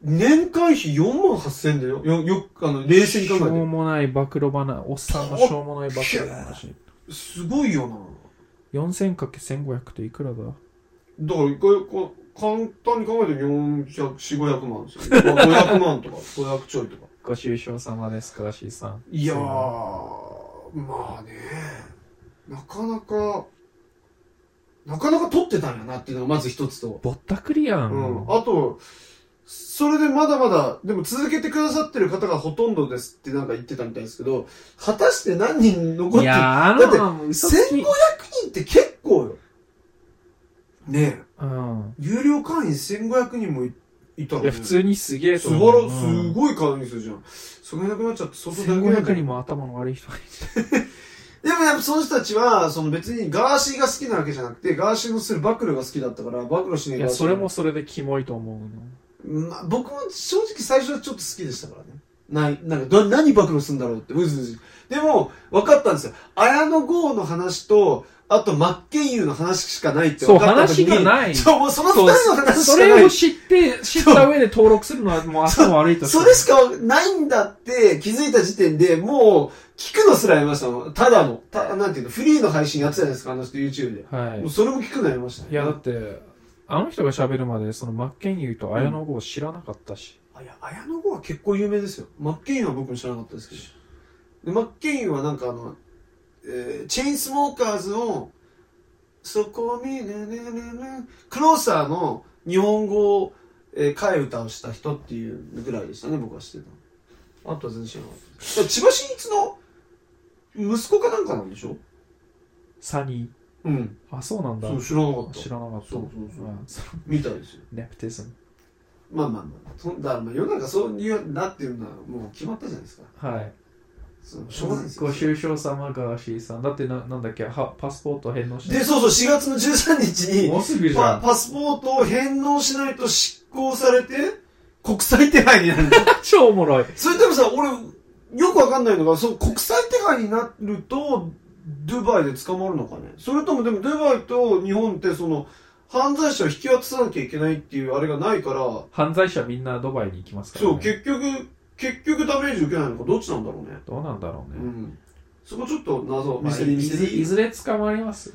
[SPEAKER 1] 年会費4万8000円だよ。よ、よく、あの、冷静に考え。
[SPEAKER 3] してょうもない暴露話、おっさんのしょうもない暴露話。
[SPEAKER 1] すごいよな。
[SPEAKER 3] 4000×1500 っていくらだ
[SPEAKER 1] だから一回こう、簡単に考えて400、4、500万ですよ。まあ500万とか、500ちょいとか。
[SPEAKER 3] ご愁傷様です、ガーシーさん。
[SPEAKER 1] いやー、まあね、なかなか、なかなか取ってたんやなっていうのがまず一つと。
[SPEAKER 3] ぼったくりや。
[SPEAKER 1] うんん。あと、それでまだまだ、でも続けてくださってる方がほとんどですってなんか言ってたみたいですけど、果たして何人残ってる
[SPEAKER 3] いやあ
[SPEAKER 1] だって
[SPEAKER 3] の、嘘つき。
[SPEAKER 1] 人って結構よ。ねえ、
[SPEAKER 3] うん。
[SPEAKER 1] 有料会員1500人もいいたの
[SPEAKER 3] い
[SPEAKER 1] ね
[SPEAKER 3] や、普通にすげえと
[SPEAKER 1] す
[SPEAKER 3] 思
[SPEAKER 1] ご
[SPEAKER 3] う。
[SPEAKER 1] い、すごい会員数じゃん。それなくなっちゃって、相当
[SPEAKER 3] うん。1500人
[SPEAKER 1] も。
[SPEAKER 3] も頭の悪い人がい
[SPEAKER 1] でもやっぱその人たちは、その別にガーシーが好きなわけじゃなくて、ガーシーのする暴露が好きだったから、暴露しね
[SPEAKER 3] る。
[SPEAKER 1] え
[SPEAKER 3] い
[SPEAKER 1] ガ
[SPEAKER 3] や、
[SPEAKER 1] ーシー
[SPEAKER 3] それも。それでキモいと思うの。
[SPEAKER 1] まあ、僕も正直最初はちょっと好きでしたからね。ない、なんか、ど何暴露するんだろうって、うずうず。でも、分かったんですよ。綾野剛の話と、あと、真っ健優の話しかないって分かった時に。
[SPEAKER 3] そう話がない
[SPEAKER 1] そう、もうその二
[SPEAKER 3] そ
[SPEAKER 1] 人
[SPEAKER 3] う
[SPEAKER 1] の話し
[SPEAKER 3] そ
[SPEAKER 1] かな
[SPEAKER 3] れ
[SPEAKER 1] い
[SPEAKER 3] を。知って、知った上で登録するのはもう頭悪いと
[SPEAKER 1] それしかないんだって気づいた時点で、もう、聞くのすらやめましたもん。ただの、た、なんていうの、フリーの配信やってたじゃないですか、あの人 YouTube で。
[SPEAKER 3] は
[SPEAKER 1] もう
[SPEAKER 3] い。
[SPEAKER 1] それも聞くのやめましたね。
[SPEAKER 3] いや、だって、あの人が喋るまで、その、真剣佑と綾野剛知らなかったし。
[SPEAKER 1] あいや、綾野剛は結構有名ですよ。マッケインは僕も知らなかったですけど。で、マッケインはなんかあの、えー、チェインスモーカーズの、そこを見るねねねねクローサーの日本語、えー、替え歌をした人っていうぐらいでしたね、僕は知ってたの。あとは全然知らなかったです。だから千葉真一の息子かなんかなんでしょ
[SPEAKER 3] サニ
[SPEAKER 1] うん。
[SPEAKER 3] ー。あ、そうなんだ
[SPEAKER 1] そ。う、知らなかった。
[SPEAKER 3] 知らなかった。
[SPEAKER 1] そうそうそう
[SPEAKER 3] うんその
[SPEAKER 1] みたいですよ。
[SPEAKER 3] ネプティズム。
[SPEAKER 1] まあまあまあ。そんだからまあ世の中そういうなっていうのはもう決まったじゃないですか。
[SPEAKER 3] はい。
[SPEAKER 1] そうしょうがないですよ
[SPEAKER 3] ご愁傷様ガーシーさん。だってな、なんだっけ、はパスポート返納し
[SPEAKER 1] で、そうそう、4月の13日に、
[SPEAKER 3] もうすぐじゃ
[SPEAKER 1] パ
[SPEAKER 3] ん。
[SPEAKER 1] パスポートを返納しないと失効されて、国際手配になるんだ。
[SPEAKER 3] 超おもろい。
[SPEAKER 1] それでもさ、俺、よくわかんないのが、そう、国際手配になると、ドゥバイで捕まるのかね。それとも、でも、ドゥバイと日本って、その、犯罪者を引き渡さなきゃいけないっていうあれがないから、
[SPEAKER 3] 犯罪者みんなドバイに行きますから、ね。
[SPEAKER 1] そう、結局、結局ダメージ受けないのか、どっちなんだろうね。
[SPEAKER 3] どうなんだろう
[SPEAKER 1] う
[SPEAKER 3] ね。
[SPEAKER 1] ん。そこちょっと
[SPEAKER 3] ま
[SPEAKER 1] 謎、
[SPEAKER 3] あ
[SPEAKER 1] ミステリー、
[SPEAKER 3] い
[SPEAKER 1] ミス
[SPEAKER 3] ず
[SPEAKER 1] テ
[SPEAKER 3] れ
[SPEAKER 1] リ
[SPEAKER 3] い
[SPEAKER 1] ー。
[SPEAKER 3] ずれ捕まります。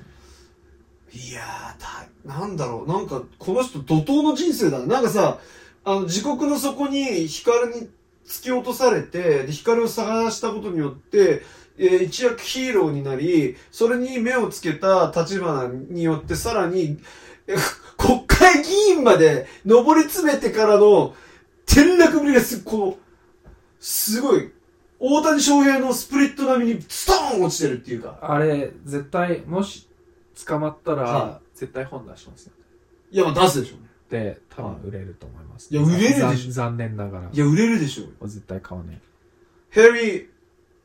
[SPEAKER 1] いやー、た、なんだろう、なんか、この人、怒涛の人生だな。なんかさ、あの、地獄の底に光に突き落とされて、で光を探したことによって、えー一躍ヒーローになり、それに目をつけた立花によって、さらに、え 国会議員まで上り詰めてからの転落ぶりがす、こう、すごい、大谷翔平のスプリット並みにストーン落ちてるっていうか。
[SPEAKER 3] あれ、絶対、もし、捕まったら、
[SPEAKER 1] は
[SPEAKER 3] 絶対本出しますよ。
[SPEAKER 1] いや、まあ出すでしょうね。
[SPEAKER 3] で、多分売れると思います。
[SPEAKER 1] いや売れるでし
[SPEAKER 3] 残
[SPEAKER 1] ょ
[SPEAKER 3] 残念ながら
[SPEAKER 1] い。や、売れるでしょうよ。
[SPEAKER 3] 絶対買わない。
[SPEAKER 1] ヘリー、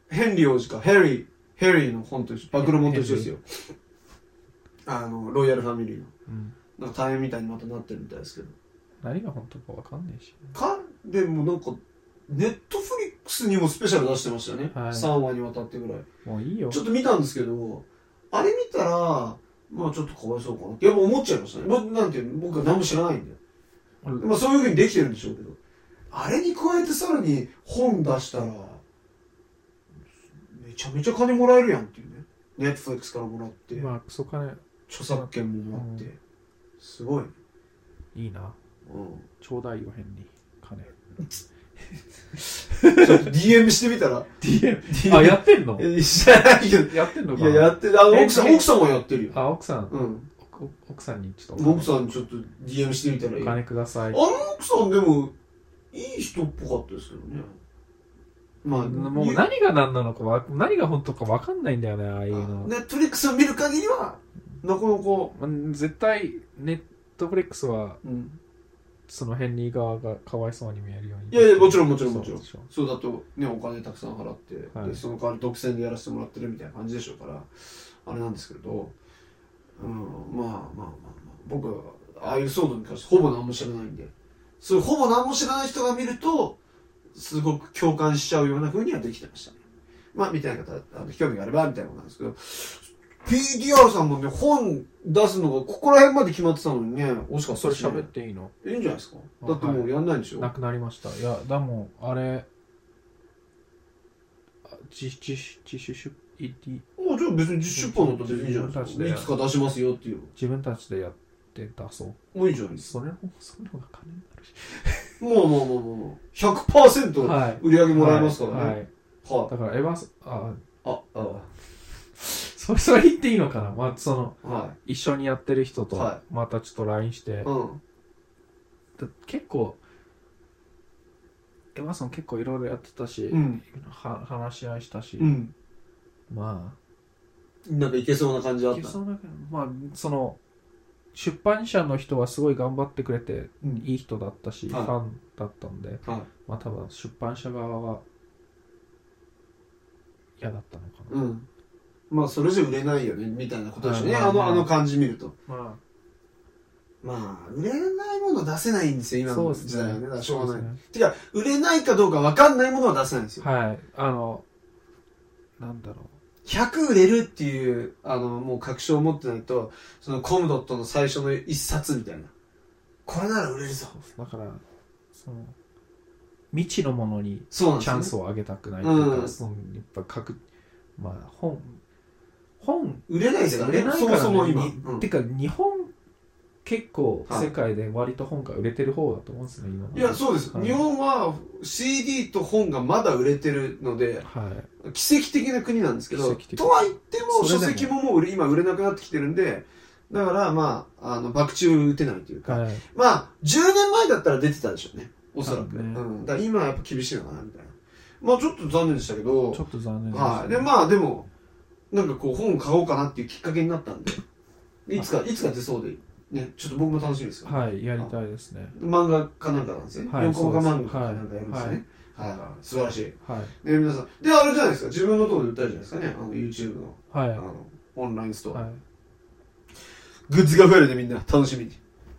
[SPEAKER 1] ヘンリー王子か、ヘリー、ヘリーの本と一緒、暴露本と一緒ですよ。あの、ロイヤルファミリーの。
[SPEAKER 3] うん。
[SPEAKER 1] なんか大変みたいにまたなってるみたいですけど。
[SPEAKER 3] 何が本当かわかんないし。
[SPEAKER 1] か、でもなんか、ネットフリックスにもスペシャル出してましたよね。
[SPEAKER 3] はい
[SPEAKER 1] 3話にわたってぐらい。
[SPEAKER 3] もういいよ
[SPEAKER 1] ち。ょっと見たんですけど、あれ見たら、まあちょっとかわいそうかなって、やっぱ思っちゃいましたね。まあ、なんていうの、僕は何も知らないんで。
[SPEAKER 3] うん
[SPEAKER 1] まあそういうふうにできてるんでしょうけど。あれに加えてさらに本出したら、めちゃめちゃ金もらえるやんっていうね。ネットフリックスからもらって、
[SPEAKER 3] まあ、クソ金、
[SPEAKER 1] 著作権ももらって。すごい。
[SPEAKER 3] いいな。
[SPEAKER 1] う
[SPEAKER 3] ちょうだいよ、変に。金。
[SPEAKER 1] ん。ちょっと DM してみたら。DM
[SPEAKER 3] あ、やってんの
[SPEAKER 1] え知らないけど。
[SPEAKER 3] やってんの
[SPEAKER 1] い
[SPEAKER 3] か
[SPEAKER 1] や、
[SPEAKER 3] な
[SPEAKER 1] やってる。あの、
[SPEAKER 3] え
[SPEAKER 1] 奥さん、
[SPEAKER 3] え
[SPEAKER 1] 奥さんもやってるよ。
[SPEAKER 3] あ、奥さん、
[SPEAKER 1] うん。
[SPEAKER 3] お奥さんにちょっと
[SPEAKER 1] 奥さんちょっと DM してみたらいい
[SPEAKER 3] お
[SPEAKER 1] よ。
[SPEAKER 3] 金ください。
[SPEAKER 1] 奥さんでも、いい人っぽかったですけどね。まあ、
[SPEAKER 3] もう何が何なのかわ、何が本当かわかんないんだよね、ああいうの。
[SPEAKER 1] ネットフリックスを見る限りは、なかなか、
[SPEAKER 3] うん絶対、ネットフレックスは、
[SPEAKER 1] うん。
[SPEAKER 3] そのヘンリー側がかわいそうに見えるように。
[SPEAKER 1] いやいやもちろんもちろんもちろん
[SPEAKER 3] そうでしょ
[SPEAKER 1] そうだと、ね、お金たくさん払って、
[SPEAKER 3] はい
[SPEAKER 1] でその代わり独占でやらせてもらってるみたいな感じでしょうから、あれなんですけれど、うん、まあまあまあまあ、僕は、ああいう騒動に関してほぼ何も知らないんで、そういうほぼ何も知らない人が見ると、すごく共感しちゃうような風にはできてましたね。まあ、みたいな方、あの興味があれば、みたいなことなんですけど、PDR さんもね、本出すのがここら辺まで決まってたのにね、惜しかった
[SPEAKER 3] そ
[SPEAKER 1] で
[SPEAKER 3] れ
[SPEAKER 1] すね
[SPEAKER 3] 喋っていいの
[SPEAKER 1] いいんじゃないですかだってもうやんないんでしょ、
[SPEAKER 3] なくなりました。いや、でも、あれ、あ自自主、自主出、いい
[SPEAKER 1] もうじゃあ別に実出版だったら別にいいじゃないですか。い
[SPEAKER 3] 自分たち
[SPEAKER 1] つ
[SPEAKER 3] で
[SPEAKER 1] か出しますよっていう。
[SPEAKER 3] 自分たちでやって出そう。
[SPEAKER 1] もういいじゃないです
[SPEAKER 3] それも、その方が金になるし。
[SPEAKER 1] か。もうもうもうもうもう。100%
[SPEAKER 3] はい。
[SPEAKER 1] 売り上げもらえますからね。
[SPEAKER 3] は
[SPEAKER 1] はいい。
[SPEAKER 3] はいだから、エヴァス、あ、
[SPEAKER 1] あ、あ、
[SPEAKER 3] それ、それ言っていいのかなまあ、その、
[SPEAKER 1] は
[SPEAKER 3] 一緒にやってる人と
[SPEAKER 1] は、
[SPEAKER 3] またちょっと LINE して、
[SPEAKER 1] い。うん。
[SPEAKER 3] だ結構、エヴァさん結構いろいろやってたし、
[SPEAKER 1] うん。
[SPEAKER 3] は話し合いしたし、
[SPEAKER 1] うん。
[SPEAKER 3] ま
[SPEAKER 1] なんかいけそうな感じ
[SPEAKER 3] あ、
[SPEAKER 1] あっ
[SPEAKER 3] いけ
[SPEAKER 1] た。
[SPEAKER 3] そうだけどまあ、その、出版社の人はすごい頑張ってくれて、
[SPEAKER 1] うん
[SPEAKER 3] いい人だったし、
[SPEAKER 1] はい
[SPEAKER 3] ファンだったんで、
[SPEAKER 1] はい
[SPEAKER 3] まあ多分出版社側は嫌だったのかな。
[SPEAKER 1] うん。まあそれじゃ売れないよね、みたいなことでしょうね。
[SPEAKER 3] はいは
[SPEAKER 1] あ
[SPEAKER 3] いは
[SPEAKER 1] の、
[SPEAKER 3] い
[SPEAKER 1] あの感じ見ると。
[SPEAKER 3] ま
[SPEAKER 1] まあ、売れないものは出せないんですよ、今
[SPEAKER 3] そう
[SPEAKER 1] の
[SPEAKER 3] です
[SPEAKER 1] 時
[SPEAKER 3] ね
[SPEAKER 1] 代はね。だからしょうがない。
[SPEAKER 3] そうで
[SPEAKER 1] てか、売れないかどうかわかんないものは出せないんですよ
[SPEAKER 3] す。ねはい、あの、なんだろ
[SPEAKER 1] 100売れるっていう、あの、もう確証を持ってないと、そのコムドットの最初の一冊みたいな。これなら売れるぞ。
[SPEAKER 3] う。だから、その、未知のものに
[SPEAKER 1] そうなんで
[SPEAKER 3] チ
[SPEAKER 1] す
[SPEAKER 3] ャ
[SPEAKER 1] よね、
[SPEAKER 3] ンスをあげたくないというか、
[SPEAKER 1] うん
[SPEAKER 3] そのやっぱ各、まあ、本、本、
[SPEAKER 1] 売れないですから
[SPEAKER 3] 売
[SPEAKER 1] ね。
[SPEAKER 3] れない
[SPEAKER 1] そ
[SPEAKER 3] から、ね、
[SPEAKER 1] もそも今。
[SPEAKER 3] に
[SPEAKER 1] うん
[SPEAKER 3] てか、日本、結構、
[SPEAKER 1] はい
[SPEAKER 3] 世界で割と本が売れてる方だと思うんですね、今。
[SPEAKER 1] いや、そうです。
[SPEAKER 3] はい
[SPEAKER 1] 日本は CD と本がまだ売れてるので、
[SPEAKER 3] はい。
[SPEAKER 1] 奇跡的な国なんですけ
[SPEAKER 3] 奇
[SPEAKER 1] ど、
[SPEAKER 3] 跡的
[SPEAKER 1] とは言って
[SPEAKER 3] そ
[SPEAKER 1] も
[SPEAKER 3] れ
[SPEAKER 1] 書
[SPEAKER 3] でも
[SPEAKER 1] 籍ももう売れ今売れなくなってきてるんで、だからまあ、あの、爆注打てないというか、
[SPEAKER 3] はい。
[SPEAKER 1] まあ、10年前だったら出てたでしょうね。おそらく。
[SPEAKER 3] 多分ね
[SPEAKER 1] うん。だから今はやっぱ厳しいのかな、みたいな。まあちょっと残念でしたけど
[SPEAKER 3] ちょ、っと残念
[SPEAKER 1] はい。で、まあでも、なんかこう本買おうかなっていうきっかけになったんで、いつか、いつか出そうで、ね、ちょっと僕も楽しみですよ。
[SPEAKER 3] はい、やりたいですね。
[SPEAKER 1] 漫画かなんかなんですよね。
[SPEAKER 3] はい
[SPEAKER 1] 横浜
[SPEAKER 3] そうです
[SPEAKER 1] 漫画かなんかやるんですよね。はい。素晴らしい。で、
[SPEAKER 3] はい。
[SPEAKER 1] 皆さん。で、あれじゃないですか。自分のところで売ったじゃないですかね。あの、YouTube の、
[SPEAKER 3] はい。
[SPEAKER 1] あの、オンラインストア。
[SPEAKER 3] はい
[SPEAKER 1] グッズが増えるね、みんな。楽しみに。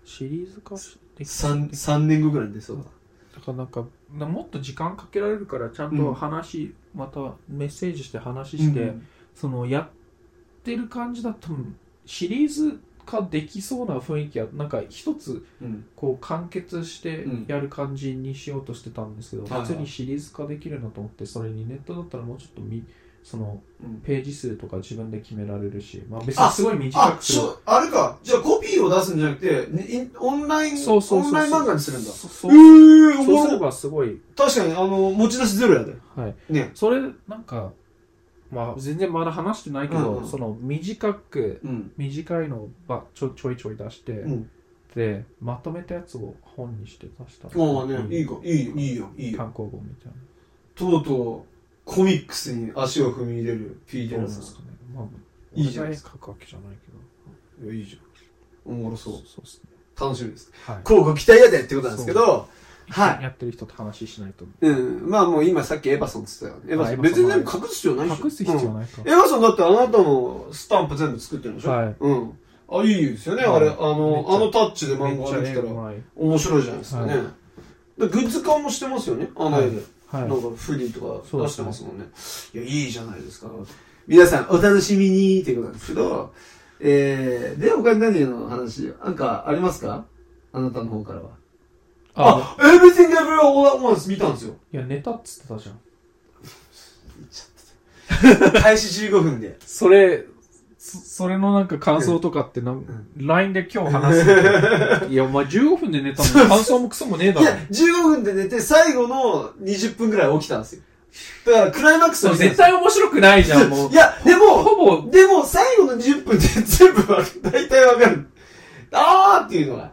[SPEAKER 3] シリーズ化でき
[SPEAKER 1] 3、三年後ぐらいに出そうだ。
[SPEAKER 3] だからなんか、なもっと時間かけられるから、ちゃん
[SPEAKER 1] うん
[SPEAKER 3] と話、またメッセージして話して、
[SPEAKER 1] うん
[SPEAKER 3] その、やってる感じだと、シリーズ化できそうな雰囲気は、なんか一つ、
[SPEAKER 1] うん。
[SPEAKER 3] こう完結して
[SPEAKER 1] うん
[SPEAKER 3] やる感じにしようとしてたんですけど、
[SPEAKER 1] はいはい
[SPEAKER 3] 別にシリーズ化できるなと思って、それにネットだったらもうちょっとみ、その、
[SPEAKER 1] うん
[SPEAKER 3] ページ数とか自分で決められるし、まあ別
[SPEAKER 1] あ
[SPEAKER 3] にすごい短
[SPEAKER 1] あ、
[SPEAKER 3] くす
[SPEAKER 1] し
[SPEAKER 3] る。
[SPEAKER 1] ょ、あれか。じゃあコピーを出すんじゃなくて、ねインオンライン、
[SPEAKER 3] そうそうそうそう
[SPEAKER 1] オンライン漫画にするんだ。
[SPEAKER 3] そ
[SPEAKER 1] え
[SPEAKER 3] そう
[SPEAKER 1] ー、
[SPEAKER 3] そう
[SPEAKER 1] お
[SPEAKER 3] すれ
[SPEAKER 1] もろ。
[SPEAKER 3] ばすごい、
[SPEAKER 1] 確かに、あの、持ち出しゼロやで。
[SPEAKER 3] はい。
[SPEAKER 1] ね。
[SPEAKER 3] それ、なんか、まあ全然まだ話してないけど、
[SPEAKER 1] うんうん
[SPEAKER 3] その短く、
[SPEAKER 1] うん。
[SPEAKER 3] 短いのをばちょちょいちょい出して、
[SPEAKER 1] うん
[SPEAKER 3] で、まとめたやつを本にして出した。
[SPEAKER 1] まあね、いい
[SPEAKER 3] か。
[SPEAKER 1] か。いいよ、いいよ、いいよ。
[SPEAKER 3] 単行本みたいな。
[SPEAKER 1] とうとう、コミックスに足を踏み入れる p
[SPEAKER 3] どう
[SPEAKER 1] d
[SPEAKER 3] なん
[SPEAKER 1] の
[SPEAKER 3] で
[SPEAKER 1] さ
[SPEAKER 3] すかね。まあ、
[SPEAKER 1] いいじゃないです
[SPEAKER 3] か。書くわけじゃないけど。
[SPEAKER 1] ん。いやいいじゃん。おもろそう。
[SPEAKER 3] そうですね。
[SPEAKER 1] 楽しみです。
[SPEAKER 3] はい。
[SPEAKER 1] こうご期待やでってことなんですけど、はい。
[SPEAKER 3] やってる人と話しないと。
[SPEAKER 1] うん。まあもう今さっきエヴァソンって言ったよね。エヴァソン。
[SPEAKER 3] はい
[SPEAKER 1] 別にでも隠す必要ないでしょ。
[SPEAKER 3] 隠す必要
[SPEAKER 1] い。
[SPEAKER 3] ないか。
[SPEAKER 1] エヴァソンだってあなたのスタンプ全部作ってるんでしょ
[SPEAKER 3] はい。
[SPEAKER 1] うん。あ、いいですよね、
[SPEAKER 3] はい
[SPEAKER 1] あれ。あの、
[SPEAKER 3] めっちゃ
[SPEAKER 1] あのタッチで
[SPEAKER 3] め
[SPEAKER 1] 漫
[SPEAKER 3] っ
[SPEAKER 1] 画
[SPEAKER 3] ちゃ
[SPEAKER 1] ができ
[SPEAKER 3] 絵
[SPEAKER 1] た
[SPEAKER 3] う
[SPEAKER 1] ら
[SPEAKER 3] まい。
[SPEAKER 1] 面白いじゃないですかね。
[SPEAKER 3] はい
[SPEAKER 1] でグッズ化もしてますよね、あの絵で。
[SPEAKER 3] はい。
[SPEAKER 1] なんかフリーとか
[SPEAKER 3] そう
[SPEAKER 1] 出
[SPEAKER 3] で
[SPEAKER 1] して
[SPEAKER 3] すね
[SPEAKER 1] ますもんね。いや、いいじゃないですか。皆さん、お楽しみにということなんですけど、えー、で、他に何の話、なんかありますかあなたの方からは。
[SPEAKER 3] あ、
[SPEAKER 1] あ、Everything Everywhere All at Once 見た んですよ。
[SPEAKER 3] いや、ネタっつってたじゃん。
[SPEAKER 1] 開始15分で。
[SPEAKER 3] それ、そそれのなんか感想とかってなん、LINE で今日話すみたいな。いや、お前15分で寝たのに感想もクソもねえだ
[SPEAKER 1] い
[SPEAKER 3] ろ
[SPEAKER 1] や。、15分で寝て、最後の20分ぐらい起きたんですよ。だから、クライマックス
[SPEAKER 3] そ
[SPEAKER 1] は
[SPEAKER 3] れ
[SPEAKER 1] 見たんで
[SPEAKER 3] 絶
[SPEAKER 1] すよ
[SPEAKER 3] 対面白くないじゃん、もう。
[SPEAKER 1] いや、でも、
[SPEAKER 3] ほぼ、
[SPEAKER 1] でも、最後の20分で全部わかる。大体わかる。あーっていうのが。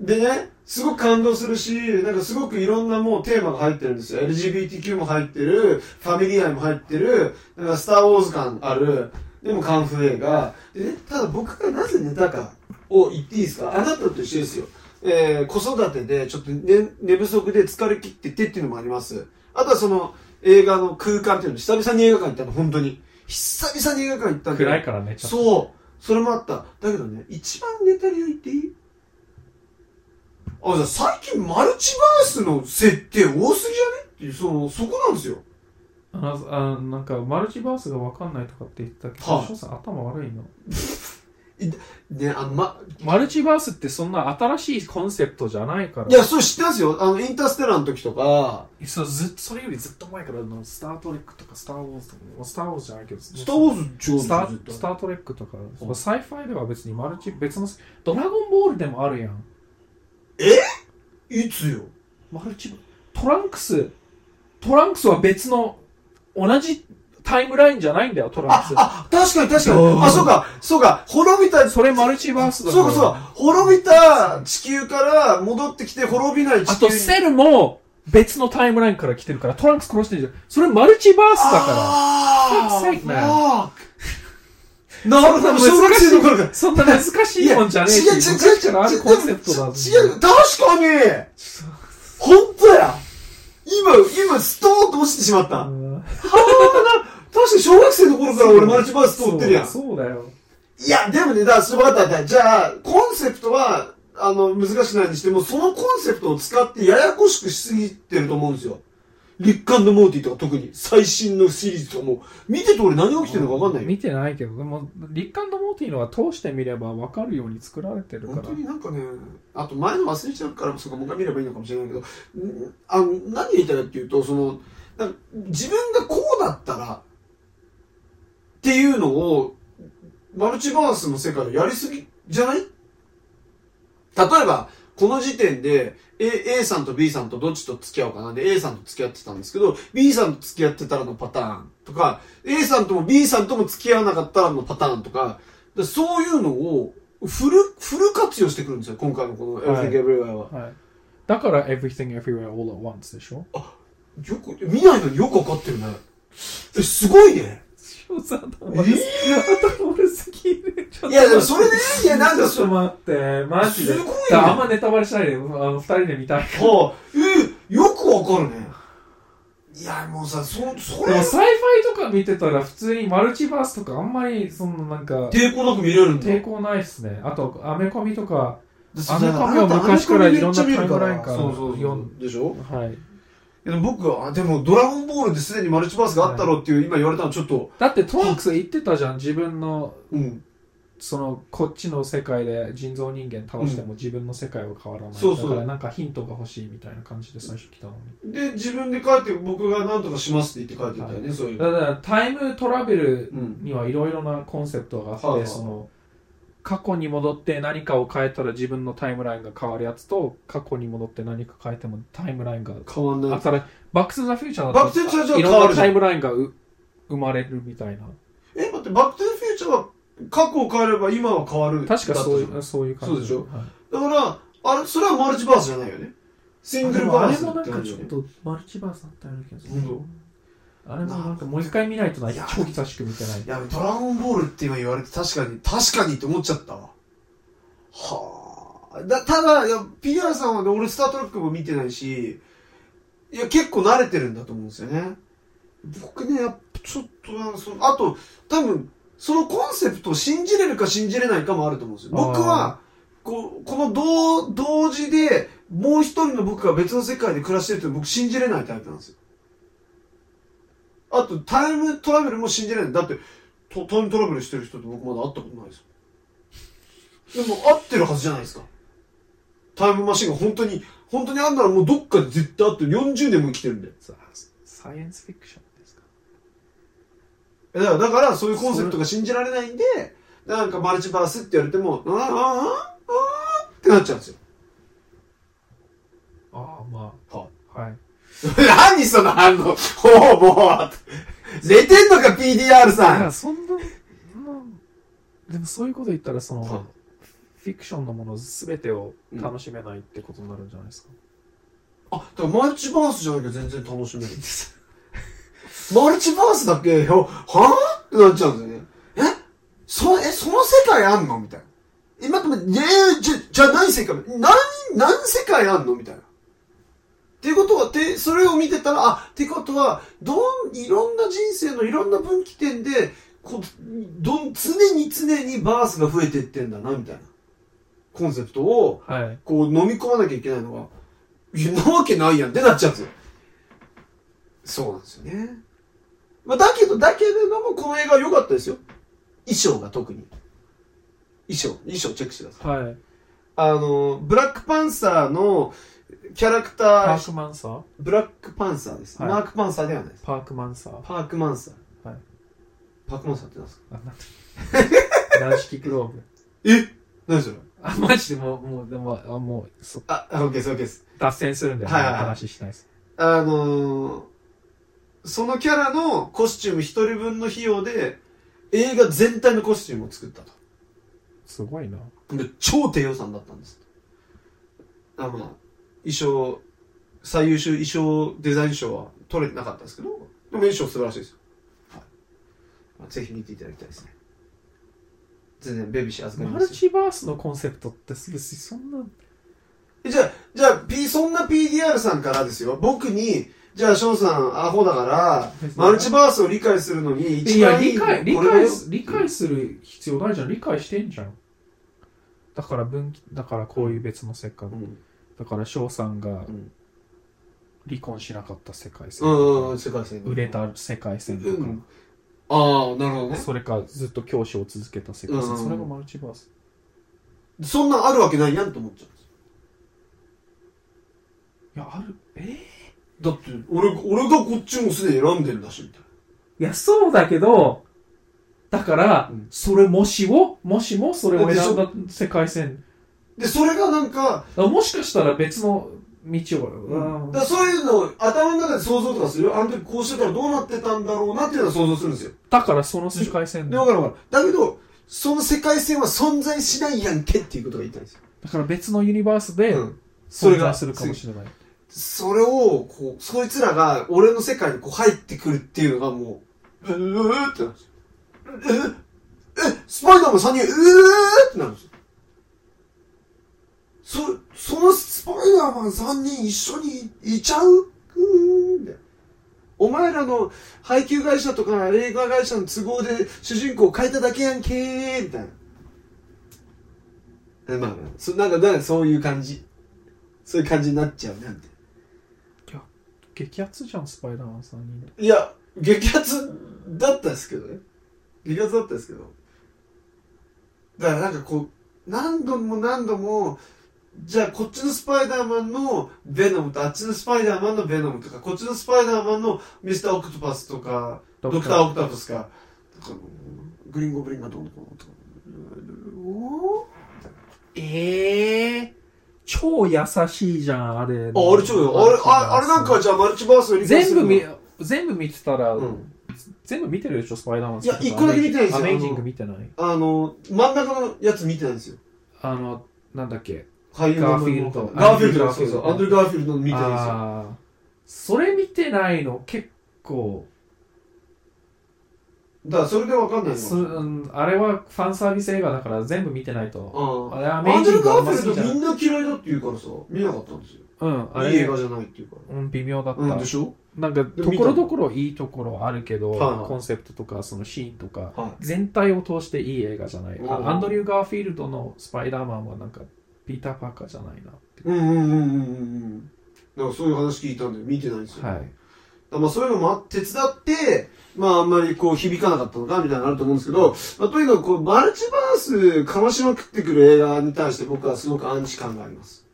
[SPEAKER 1] でね、すごく感動するし、なんかすごくいろんなもうテーマが入ってるんですよ。LGBTQ も入ってる、ファミリー愛も入ってる、なんかスターウォーズ感ある、でもカンフー映画。でね、ただ僕がなぜ寝たかを言っていいですかあなたと一緒ですよ。えー、子育てでちょっと寝寝不足で疲れ切っててっていうのもあります。あとはその映画の空間っていうの、久々に映画館行ったの、本当に。久々に映画館行ったん
[SPEAKER 3] 暗いから寝ちゃっ
[SPEAKER 1] そう。それもあった。だけどね、一番ネタ理由言っていいあ、じゃあ最近マルチバースの設定多すぎじゃねっていう、その、そこなんですよ。
[SPEAKER 3] た。あの、あのなんか、マルチバースがわかんないとかって言ってたけど、
[SPEAKER 1] はい
[SPEAKER 3] 翔さん頭悪いの。
[SPEAKER 1] ね、あの、ま、
[SPEAKER 3] マルチバースってそんな新しいコンセプトじゃないから。
[SPEAKER 1] いや、そう知ってますよ。あの、インターステラーの時とか、
[SPEAKER 3] そうずっとそれよりずっと前から、あのスタートレックとか、スターウォーズとか、まあスターウォーズじゃないけど、
[SPEAKER 1] スターウォーズ違うんです
[SPEAKER 3] スタ
[SPEAKER 1] よ絶
[SPEAKER 3] ー
[SPEAKER 1] 対
[SPEAKER 3] スター・トレックとか、そのサイファイでは別にマルチ、別の、ドラゴンボールでもあるやん。
[SPEAKER 1] いつよ。
[SPEAKER 3] マルチ、トランクス、トランクスは別の、同じタイムラインじゃないんだよ、トランクス。
[SPEAKER 1] あ、確かに確かに。あ、そうか、そうか、滅びた、
[SPEAKER 3] それマルチバースだ
[SPEAKER 1] そうかそうか、滅びた地球から戻ってきて滅びない
[SPEAKER 3] あ
[SPEAKER 1] 地
[SPEAKER 3] と、
[SPEAKER 1] 球に。
[SPEAKER 3] セルも別のタイムラインから来てるから、トランクス殺してるじゃん。それマルチバースだから。
[SPEAKER 1] あー
[SPEAKER 3] Fuck's sake, man.
[SPEAKER 1] あーなるほど、小学
[SPEAKER 3] 難し
[SPEAKER 1] 生の頃から。
[SPEAKER 3] い、そんな難しいもんじゃねえ
[SPEAKER 1] いや違う
[SPEAKER 3] し、
[SPEAKER 1] 違
[SPEAKER 3] 昔
[SPEAKER 1] う違う
[SPEAKER 3] からあるコンセプトだ
[SPEAKER 1] 違う、確かに本当や今、今、ストーンと落ちてしまった。は
[SPEAKER 3] うん
[SPEAKER 1] あ、な、確かに小学生の頃から俺マルチバース通ってるやん。
[SPEAKER 3] そうそうだよ。
[SPEAKER 1] いや、でもね、だから、そう分かった分かった。じゃあ、コンセプトは、あの、難しないにしても、そのコンセプトを使ってややこしくしすぎてると思うんですよ。リッカンドモーティとか特に、最新のシリーズとかも、見てて俺何が起きてるのか分かんないよ。
[SPEAKER 3] 見てないけど、でも、リッカンド・モーティーのは通してみれば分かるように作られてるか
[SPEAKER 1] 本
[SPEAKER 3] ら。
[SPEAKER 1] 当になんかね、あと前の忘れちゃうから、そこもう一回見ればいいのかもしれないけど、んあの、何言いたいかっていうと、その、なんか自分がこうだったら、っていうのを、マルチバースの世界でやりすぎじゃない例えば、この時点で、A, A さんと B さんとどっちと付き合おうかなで A さんと付き合ってたんですけど B さんと付き合ってたらのパターンとか A さんとも B さんとも付き合わなかったらのパターンとかでそういうのをフルフル活用してくるんですよ今回のこの
[SPEAKER 3] はい
[SPEAKER 1] Everything Everywhere は、
[SPEAKER 3] はい。だから、everything everywhere all at once でしょ
[SPEAKER 1] よく見ないのによくわかってるねえすごいね
[SPEAKER 3] 翔さん、頭
[SPEAKER 1] えー
[SPEAKER 3] 悪すぎる。
[SPEAKER 1] いやでもそれでいいやなんか
[SPEAKER 3] ちょっと
[SPEAKER 1] そ
[SPEAKER 3] 待って、マジで。
[SPEAKER 1] すごいね
[SPEAKER 3] だからあんまネタバレしないで、あの、二人で見たい。
[SPEAKER 1] はあえーよくわかるねいや、もうさ、そ、そ
[SPEAKER 3] で
[SPEAKER 1] れ
[SPEAKER 3] も、、サイファイとか見てたら、普通にマルチバースとか、あんまり、その、なんか、
[SPEAKER 1] 抵抗なく見れるんだ。
[SPEAKER 3] 抵抗ないっすね。あと、アメコミとか、
[SPEAKER 1] だ
[SPEAKER 3] アメコミは昔からいろんなタイムラインから
[SPEAKER 1] そうそう
[SPEAKER 3] 読
[SPEAKER 1] そ
[SPEAKER 3] ん
[SPEAKER 1] う。でしょ
[SPEAKER 3] はい。
[SPEAKER 1] いや僕は、あでも、ドラゴンボールですでにマルチバースがあったろっていう、今言われたのちょっと、
[SPEAKER 3] だって、トワークス言ってたじゃん、自分の、
[SPEAKER 1] うん。
[SPEAKER 3] その、こっちの世界で人造人間倒しても自分の世界は変わらない。
[SPEAKER 1] そうそう
[SPEAKER 3] だから、なんかヒントが欲しいみたいな感じで最初来たのに。
[SPEAKER 1] で、自分で書いて、僕が何とかしますって言って書いてたよね、そういう。
[SPEAKER 3] だから、タイムトラベル
[SPEAKER 1] うん。
[SPEAKER 3] にはいろいろなコンセプトがあって、
[SPEAKER 1] はいはい
[SPEAKER 3] その過去に戻って何かを変えたら自分のタイムラインが変わるやつと過去に戻って何か変えてもタイムラインが
[SPEAKER 1] 変わんない。
[SPEAKER 3] 新しいバック・トゥ・ザ・フューチャー
[SPEAKER 1] バックトゥザフューチャー
[SPEAKER 3] い
[SPEAKER 1] 変わ
[SPEAKER 3] ろん
[SPEAKER 1] る
[SPEAKER 3] な
[SPEAKER 1] じゃん
[SPEAKER 3] タイムラインがう生まれるみたいな
[SPEAKER 1] え、待って、バックトゥザフューチャーは、過去を変えれば今は変わる。
[SPEAKER 3] 確かそうい
[SPEAKER 1] だっ
[SPEAKER 3] うそういう感じ
[SPEAKER 1] そうでしょ
[SPEAKER 3] はい
[SPEAKER 1] たじゃんだから、あれ、それはマルチバースじゃないよね。シングルバース
[SPEAKER 3] あれも
[SPEAKER 1] って
[SPEAKER 3] なん
[SPEAKER 1] 感
[SPEAKER 3] か
[SPEAKER 1] じ
[SPEAKER 3] ち
[SPEAKER 1] よ
[SPEAKER 3] ょ
[SPEAKER 1] ね
[SPEAKER 3] っ。とマルチバースだったような気がする
[SPEAKER 1] 本
[SPEAKER 3] あれもなんかもう一回見ないとない
[SPEAKER 1] いや
[SPEAKER 3] 超久しく見てない
[SPEAKER 1] いや、ドラゴンボールって今言われて確かに、確かにって思っちゃったわ。はあ。だ、ただ、いや、PR さんはね、俺スタートレックも見てないし、いや、結構慣れてるんだと思うんですよね。僕ね、やっぱちょっとな、その、あと、多分、そのコンセプトを信じれるか信じれないかもあると思うんですよ。僕は、こうこの同、同時で、もう一人の僕が別の世界で暮らしてるって僕信じれないタイプなんですよ。あと、タイムトラベルも信じれない。だって、とタイムトラベルしてる人って僕まだ会ったことないですよでも会ってるはずじゃないですかタイムマシンが本当に本当にあんならもうどっかで絶対会ってる40年も生きてるんで
[SPEAKER 3] ササイエンスフィクションですか
[SPEAKER 1] えだからだからそういうコンセプトが信じられないんでなんかマルチバースって言われてもあーあーあーあーってなっちゃうんですよ
[SPEAKER 3] ああまあ
[SPEAKER 1] は
[SPEAKER 3] はい
[SPEAKER 1] 何その反応ほうもう寝てんのか PDR
[SPEAKER 3] い
[SPEAKER 1] さ
[SPEAKER 3] や
[SPEAKER 1] ん
[SPEAKER 3] そんな、うんでもそういうこと言ったらその、
[SPEAKER 1] はい
[SPEAKER 3] フィクションのもの全てを楽しめないってことになるんじゃないですか、
[SPEAKER 1] あだからマルチバースじゃなきゃ全然楽しめる マルチバースだけよはぁってなっちゃうんですよねえそえその世界あんのみたいなえ待って待ってえーじゃじゃない世界何何世界あんのみたいなっていうことはてそれを見てたらあってことはどんいろんな人生のいろんな分岐点でこうどん常に常にバースが増えていってんだなみたいなコンセプトを
[SPEAKER 3] はい
[SPEAKER 1] こう飲み込まなきゃいけないのが、いや、なわけないやんってなっちゃうんですよ。そうなんですよね。まあ、だけど、だけれども、この映画は良かったですよ。衣装が特に。衣装、衣装チェックしてください。
[SPEAKER 3] はい
[SPEAKER 1] あの、ブラックパンサーのキャラクタ
[SPEAKER 3] パー
[SPEAKER 1] ー、
[SPEAKER 3] クマンサー
[SPEAKER 1] ブラックパンサーです。
[SPEAKER 3] はい
[SPEAKER 1] マークパンサーではないです。
[SPEAKER 3] パークマンサー
[SPEAKER 1] パークマンサー。
[SPEAKER 3] はい
[SPEAKER 1] パークマンサーって何ですか
[SPEAKER 3] あなんて軟式グローブ
[SPEAKER 1] え何それ
[SPEAKER 3] あマジでもうもうでもあもうそ
[SPEAKER 1] あ、あオッケーです、オッケーです。
[SPEAKER 3] 脱線するんで、
[SPEAKER 1] はいはいはい
[SPEAKER 3] 話しないです
[SPEAKER 1] あのー、そのキャラのコスチューム一人分の費用で映画全体のコスチュームを作ったと。
[SPEAKER 3] すごいな
[SPEAKER 1] で超低予算だったんです。あまあ、衣装、最優秀衣装デザイン賞は取れてなかったんですけど、でも衣装素晴らしいですよ。はいまあ。ぜひ見ていただきたいですね。全然ベビーシー預かり
[SPEAKER 3] マ
[SPEAKER 1] ま
[SPEAKER 3] ル
[SPEAKER 1] すよ。
[SPEAKER 3] チバースのコンセプトって別にそんな
[SPEAKER 1] えじゃあ、じゃあ、P、そんな PDR さんからですよ。僕に、じゃあ、翔さん、アホ だから、マルチバースを理解するのに、
[SPEAKER 3] い
[SPEAKER 1] 一
[SPEAKER 3] や
[SPEAKER 1] 番い
[SPEAKER 3] 理
[SPEAKER 1] いの
[SPEAKER 3] 解理
[SPEAKER 1] これだ
[SPEAKER 3] 解
[SPEAKER 1] よ
[SPEAKER 3] す理解する必要ないじゃん理解してんじゃんだから分岐だからこういう別の世界
[SPEAKER 1] うん。
[SPEAKER 3] だから翔さんが
[SPEAKER 1] うん
[SPEAKER 3] 離婚しなかった世界線、
[SPEAKER 1] うん、うん、世界線。
[SPEAKER 3] 売れ。た世界線とか、
[SPEAKER 1] うんああ、なるほどね。
[SPEAKER 3] それかずっと教師を続けた世界線、
[SPEAKER 1] うん
[SPEAKER 3] それがマルチバース
[SPEAKER 1] そんなんあるわけないやんと思っちゃうんですよ
[SPEAKER 3] いやあるえ
[SPEAKER 1] だって、俺、俺がこっちもすでに選んでんだし、みたい
[SPEAKER 3] いやそうだけどだから、
[SPEAKER 1] うん
[SPEAKER 3] それもしをもしもそれを選んだ世界線
[SPEAKER 1] な。で、それがなんか、
[SPEAKER 3] あもしかしたら別の道を、うん
[SPEAKER 1] だからそういうのを頭の中で想像とかするよ。あの時こうしてたらどうなってたんだろうなっていうのは想像するんですよ。
[SPEAKER 3] だからその世界線
[SPEAKER 1] で、
[SPEAKER 3] だ
[SPEAKER 1] わかるわかる。だけど、その世界線は存在しないやんけっていうことが言いたいんですよ。
[SPEAKER 3] だから別のユニバースで
[SPEAKER 1] うんそ
[SPEAKER 3] 存
[SPEAKER 1] れが
[SPEAKER 3] 在するかもしれない、
[SPEAKER 1] それを、こう、そいつらが、俺の世界にこう入ってくるっていうのがもう、ううーってなるんですよ。え、え、スパイダーマン3人、うーってなるんですよ。そ、そのスパイダーマン3人一緒にいちゃううーんって。お前らの配給会社とか映画会社の都合で主人公変えただけやんけーみたいな。えまあ、そなんか、なんかそういう感じ。そういう感じになっちゃうね。
[SPEAKER 3] 激アツじゃん、スパイダーマン3人。
[SPEAKER 1] いや、激アツだったですけどね。激アツだったですけど。だからなんかこう、何度も何度も、じゃあこっちのスパイダーマンのベノムとあっちのスパイダーマンのベノムとか、こっちのスパイダーマンのミスターオクトパスとか、ドクターオクタプスか、とかグリーンゴブリンがどうのこうのとか。
[SPEAKER 3] ええー、超優しいじゃん、あれ。
[SPEAKER 1] あ、あれちょよ。あれ、ああれなんかじゃあマルチバースを理解す
[SPEAKER 3] 全部
[SPEAKER 1] るの
[SPEAKER 3] 見、全部見てたら、
[SPEAKER 1] うん。
[SPEAKER 3] 全部見てるでしょ、スパイダーマン
[SPEAKER 1] いや一個だけ見てないんですよ
[SPEAKER 3] アメイジン
[SPEAKER 1] あの
[SPEAKER 3] グ見てない。
[SPEAKER 1] あの、真ん中のやつ見てないんですよ。
[SPEAKER 3] あの、なんだっけ。
[SPEAKER 1] 俳優の名前も
[SPEAKER 3] ガーフィールド
[SPEAKER 1] ガーフィール
[SPEAKER 3] ガーフィール
[SPEAKER 1] ドそう
[SPEAKER 3] ド
[SPEAKER 1] そう。アンドリュー・ガーフィールドの見てないんですよ。
[SPEAKER 3] あーそれ見てないの、結構。
[SPEAKER 1] だからそれでわかんない
[SPEAKER 3] す
[SPEAKER 1] の。
[SPEAKER 3] うんあれはファンサービス映画だから全部見てないと。
[SPEAKER 1] あ
[SPEAKER 3] あれア
[SPEAKER 1] あ。
[SPEAKER 3] メ
[SPEAKER 1] ア
[SPEAKER 3] イ
[SPEAKER 1] ンド
[SPEAKER 3] ジ
[SPEAKER 1] リュ
[SPEAKER 3] ン
[SPEAKER 1] ー・
[SPEAKER 3] グ
[SPEAKER 1] ガ
[SPEAKER 3] あ
[SPEAKER 1] ー
[SPEAKER 3] ん
[SPEAKER 1] フ
[SPEAKER 3] ま
[SPEAKER 1] ィ
[SPEAKER 3] 好き
[SPEAKER 1] ール
[SPEAKER 3] じ
[SPEAKER 1] ド
[SPEAKER 3] ゃない。
[SPEAKER 1] みんな嫌いだって言うからさ、見なかったんですよ。
[SPEAKER 3] うん、あ
[SPEAKER 1] いい映
[SPEAKER 3] れ、
[SPEAKER 1] 画じゃないっていうか
[SPEAKER 3] うん、微妙だっ
[SPEAKER 1] ら。うん、
[SPEAKER 3] た
[SPEAKER 1] で。しょ
[SPEAKER 3] なんか、ところどころいいところあるけど、
[SPEAKER 1] はいはい
[SPEAKER 3] コンセプトとか、そのシーンとか、
[SPEAKER 1] は
[SPEAKER 3] 全体を通していい映画じゃない。
[SPEAKER 1] うん
[SPEAKER 3] あアンドリュー・ガーフィールドのスパイダーマンはなんか、ピーター・パーカーじゃないなって。
[SPEAKER 1] うんうんうんうんうんうん。なんかそういう話聞いたんで見てないんですよ。
[SPEAKER 3] はい。
[SPEAKER 1] だからまあそういうのもあ手伝って、まああんまりこう響かなかったのかみたいなのあると思うんですけど、まあとにかくこうマルチバースかましまくってくる映画に対して僕はすごくアンチ感があります。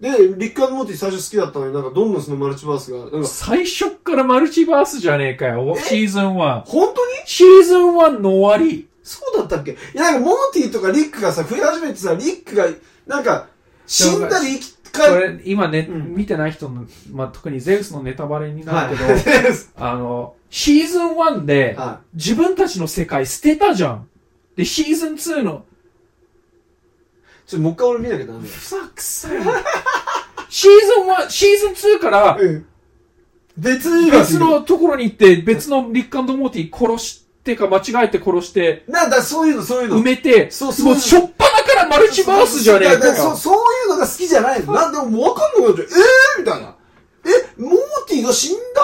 [SPEAKER 1] で、リッカーモーティ最初好きだったのになんかどんどんそのマルチバースが、なんか、
[SPEAKER 3] 最初っからマルチバースじゃねえかよ、シーズン1。
[SPEAKER 1] 本当に
[SPEAKER 3] シーズン1の終わり。
[SPEAKER 1] そうだったっけいや、なんか、モーティーとかリックがさ、増え始めてさ、リックが、なんか、死んだり生き
[SPEAKER 3] こ
[SPEAKER 1] 返る。
[SPEAKER 3] れ、今ね、
[SPEAKER 1] うん
[SPEAKER 3] 見てない人の、まあ、特にゼウスのネタバレになるけど、
[SPEAKER 1] はい。
[SPEAKER 3] あの、シーズン1で、
[SPEAKER 1] は
[SPEAKER 3] 自分たちの世界捨てたじゃん。で、シーズン2の、
[SPEAKER 1] い。ちょ、もう一回俺見なきゃダメだ。
[SPEAKER 3] ふさくさい。シーズン1、シーズン2から、
[SPEAKER 1] うん。別に
[SPEAKER 3] 別。のところに行って、別のリッカンドモーティー殺してか間違えて殺して、
[SPEAKER 1] なんだ、そういうの、そういうの。
[SPEAKER 3] 埋めて、
[SPEAKER 1] そうそう
[SPEAKER 3] もうしょっぱなからマルチバースじゃねえ
[SPEAKER 1] だ
[SPEAKER 3] か
[SPEAKER 1] らそう
[SPEAKER 3] よ。
[SPEAKER 1] そういうのが好きじゃないの。なんでもわかんなくなっちゃう。えーみたいな。え、モーティーが死んだ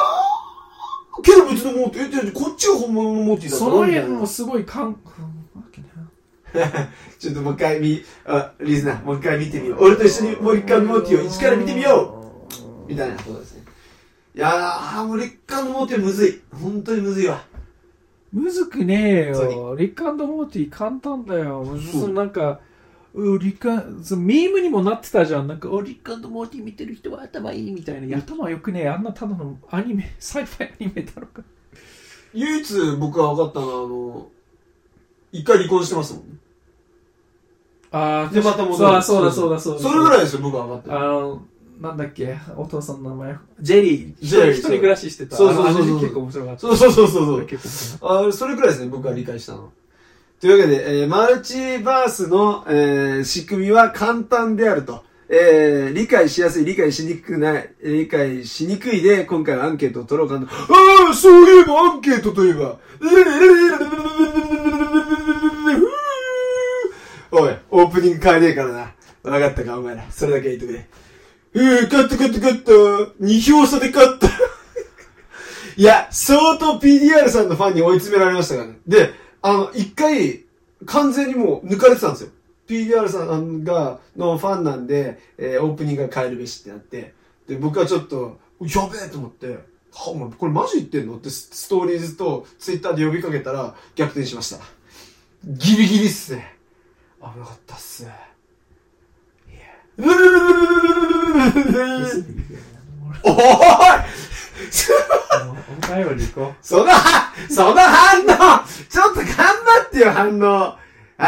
[SPEAKER 1] けど別のモーティー。え、じゃあこっちが本物のモーティーだった
[SPEAKER 3] その
[SPEAKER 1] みたい
[SPEAKER 3] 辺
[SPEAKER 1] な
[SPEAKER 3] もすごい感、うんわけね
[SPEAKER 1] ちょっともう一回見、あ、リスナー、もう一回見てみよう。俺と一緒にもう一回モーティを一から見てみようみたいなことですね。いやー、もう立夏のモーティむずい。本当にむずいわ。
[SPEAKER 3] むずくねえ
[SPEAKER 1] そ
[SPEAKER 3] よ。リッカンドモーティー簡単だよ。そのなんか、うリッカン、そのミームにもなってたじゃん。なんか、おリッカンドモーティー見てる人は頭いいみたいな。いや頭良くねえ。あんなただのアニメ、サイファイアニメだろうか。
[SPEAKER 1] 唯一僕が分かったのは、あの、一回離婚してますもんね。
[SPEAKER 3] あ
[SPEAKER 1] で、また戻る。
[SPEAKER 3] そうそうだそうだそうだ。
[SPEAKER 1] それぐらいですよ、僕は分かった
[SPEAKER 3] あの、なんだっけ、お父さんの名前。ジェリー。
[SPEAKER 1] ジェリー
[SPEAKER 3] 一人暮らししてた。
[SPEAKER 1] そうそうそうそう
[SPEAKER 3] あのあの時結構面白かった。
[SPEAKER 1] そうそうそうそうそう。
[SPEAKER 3] 結構面白かっ
[SPEAKER 1] あそれくらいですね、僕は理解したの。というわけで、えーマルチバースの、えー仕組みは簡単であると。えー理解しやすい、理解しにくくない、理解しにくいで、今回はアンケートを取ろうかなと。ああそういえばアンケートといえば おい、オープニング変えねえからな。わかったか、お前ら。それだけ言っとくれ。うー、勝った勝った勝った。2票差で勝った。いや、相当 PDR さんのファンに追い詰められましたからね。で、あの、一回、完全にもう抜かれてたんですよ。PDR さんが、のファンなんで、えーオープニングが変えるべしってなって、で、僕はちょっと、やべえと思って、は、お前、これマジ言ってんのってスストーリーズとツイッターで呼びかけたら逆転しました。ギリギリっすね。危なかったっす。いや。
[SPEAKER 3] た。
[SPEAKER 1] おーい
[SPEAKER 3] お便り行こ
[SPEAKER 1] その、その反応ちょっと頑張ってよ、反応は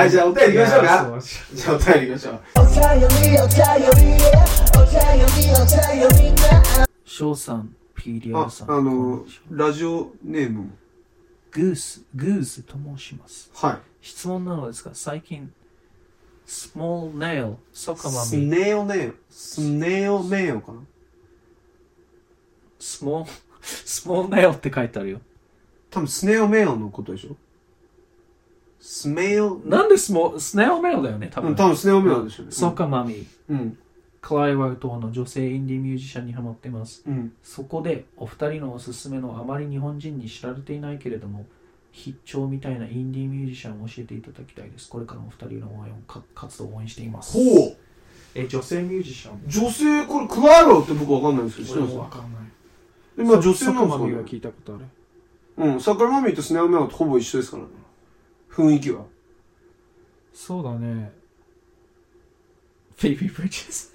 [SPEAKER 1] い、じゃあお便り
[SPEAKER 3] う。
[SPEAKER 1] 行きましょうか。
[SPEAKER 3] か。
[SPEAKER 1] じゃあお便り行きましょう。
[SPEAKER 7] 翔さん、PDR
[SPEAKER 1] あ
[SPEAKER 7] さ、ん、
[SPEAKER 1] あ
[SPEAKER 7] こん
[SPEAKER 1] の
[SPEAKER 7] にちは、
[SPEAKER 1] ラジオネームも。
[SPEAKER 7] グース、グースと申します。
[SPEAKER 1] は
[SPEAKER 7] 質問なのですが、最近、スモールネイル、ソカ
[SPEAKER 1] い。
[SPEAKER 7] マ
[SPEAKER 1] ス
[SPEAKER 7] ミ、
[SPEAKER 1] ネオネオ。スネオネオかな
[SPEAKER 7] スモール、スモールネイルって書いてあるよ。
[SPEAKER 1] 多分スネオメオのことでしょスメオ、
[SPEAKER 7] なんでスモ、スネオメイルだよね、多
[SPEAKER 1] うん、
[SPEAKER 7] 分。
[SPEAKER 1] 多分スネオメオでしょうね。
[SPEAKER 7] ソカマミ、
[SPEAKER 1] うん。
[SPEAKER 3] クライワル等の女性インディーミュージシャンにハマってます。
[SPEAKER 1] うん。
[SPEAKER 3] そこでお二人のおすすめのあまり日本人に知られていないけれども必聴みたいなインディーミュージシャンを教えていただきたいですこれからもお二人の応援をか活動を応援しています
[SPEAKER 1] ほう
[SPEAKER 3] え女性ミュージシャン
[SPEAKER 1] 女性、これ、クワロって僕わかんないんですけど、知って
[SPEAKER 3] 俺
[SPEAKER 1] ます
[SPEAKER 3] もわかんない
[SPEAKER 1] でまあ女性なん
[SPEAKER 3] マミ
[SPEAKER 1] で
[SPEAKER 3] は
[SPEAKER 1] すか
[SPEAKER 3] 聞いたことある
[SPEAKER 1] ね。うん、桜マミーとスネアメアとほぼ一緒ですからね。雰囲気は。
[SPEAKER 3] そうだねフェイビー・ブリッジス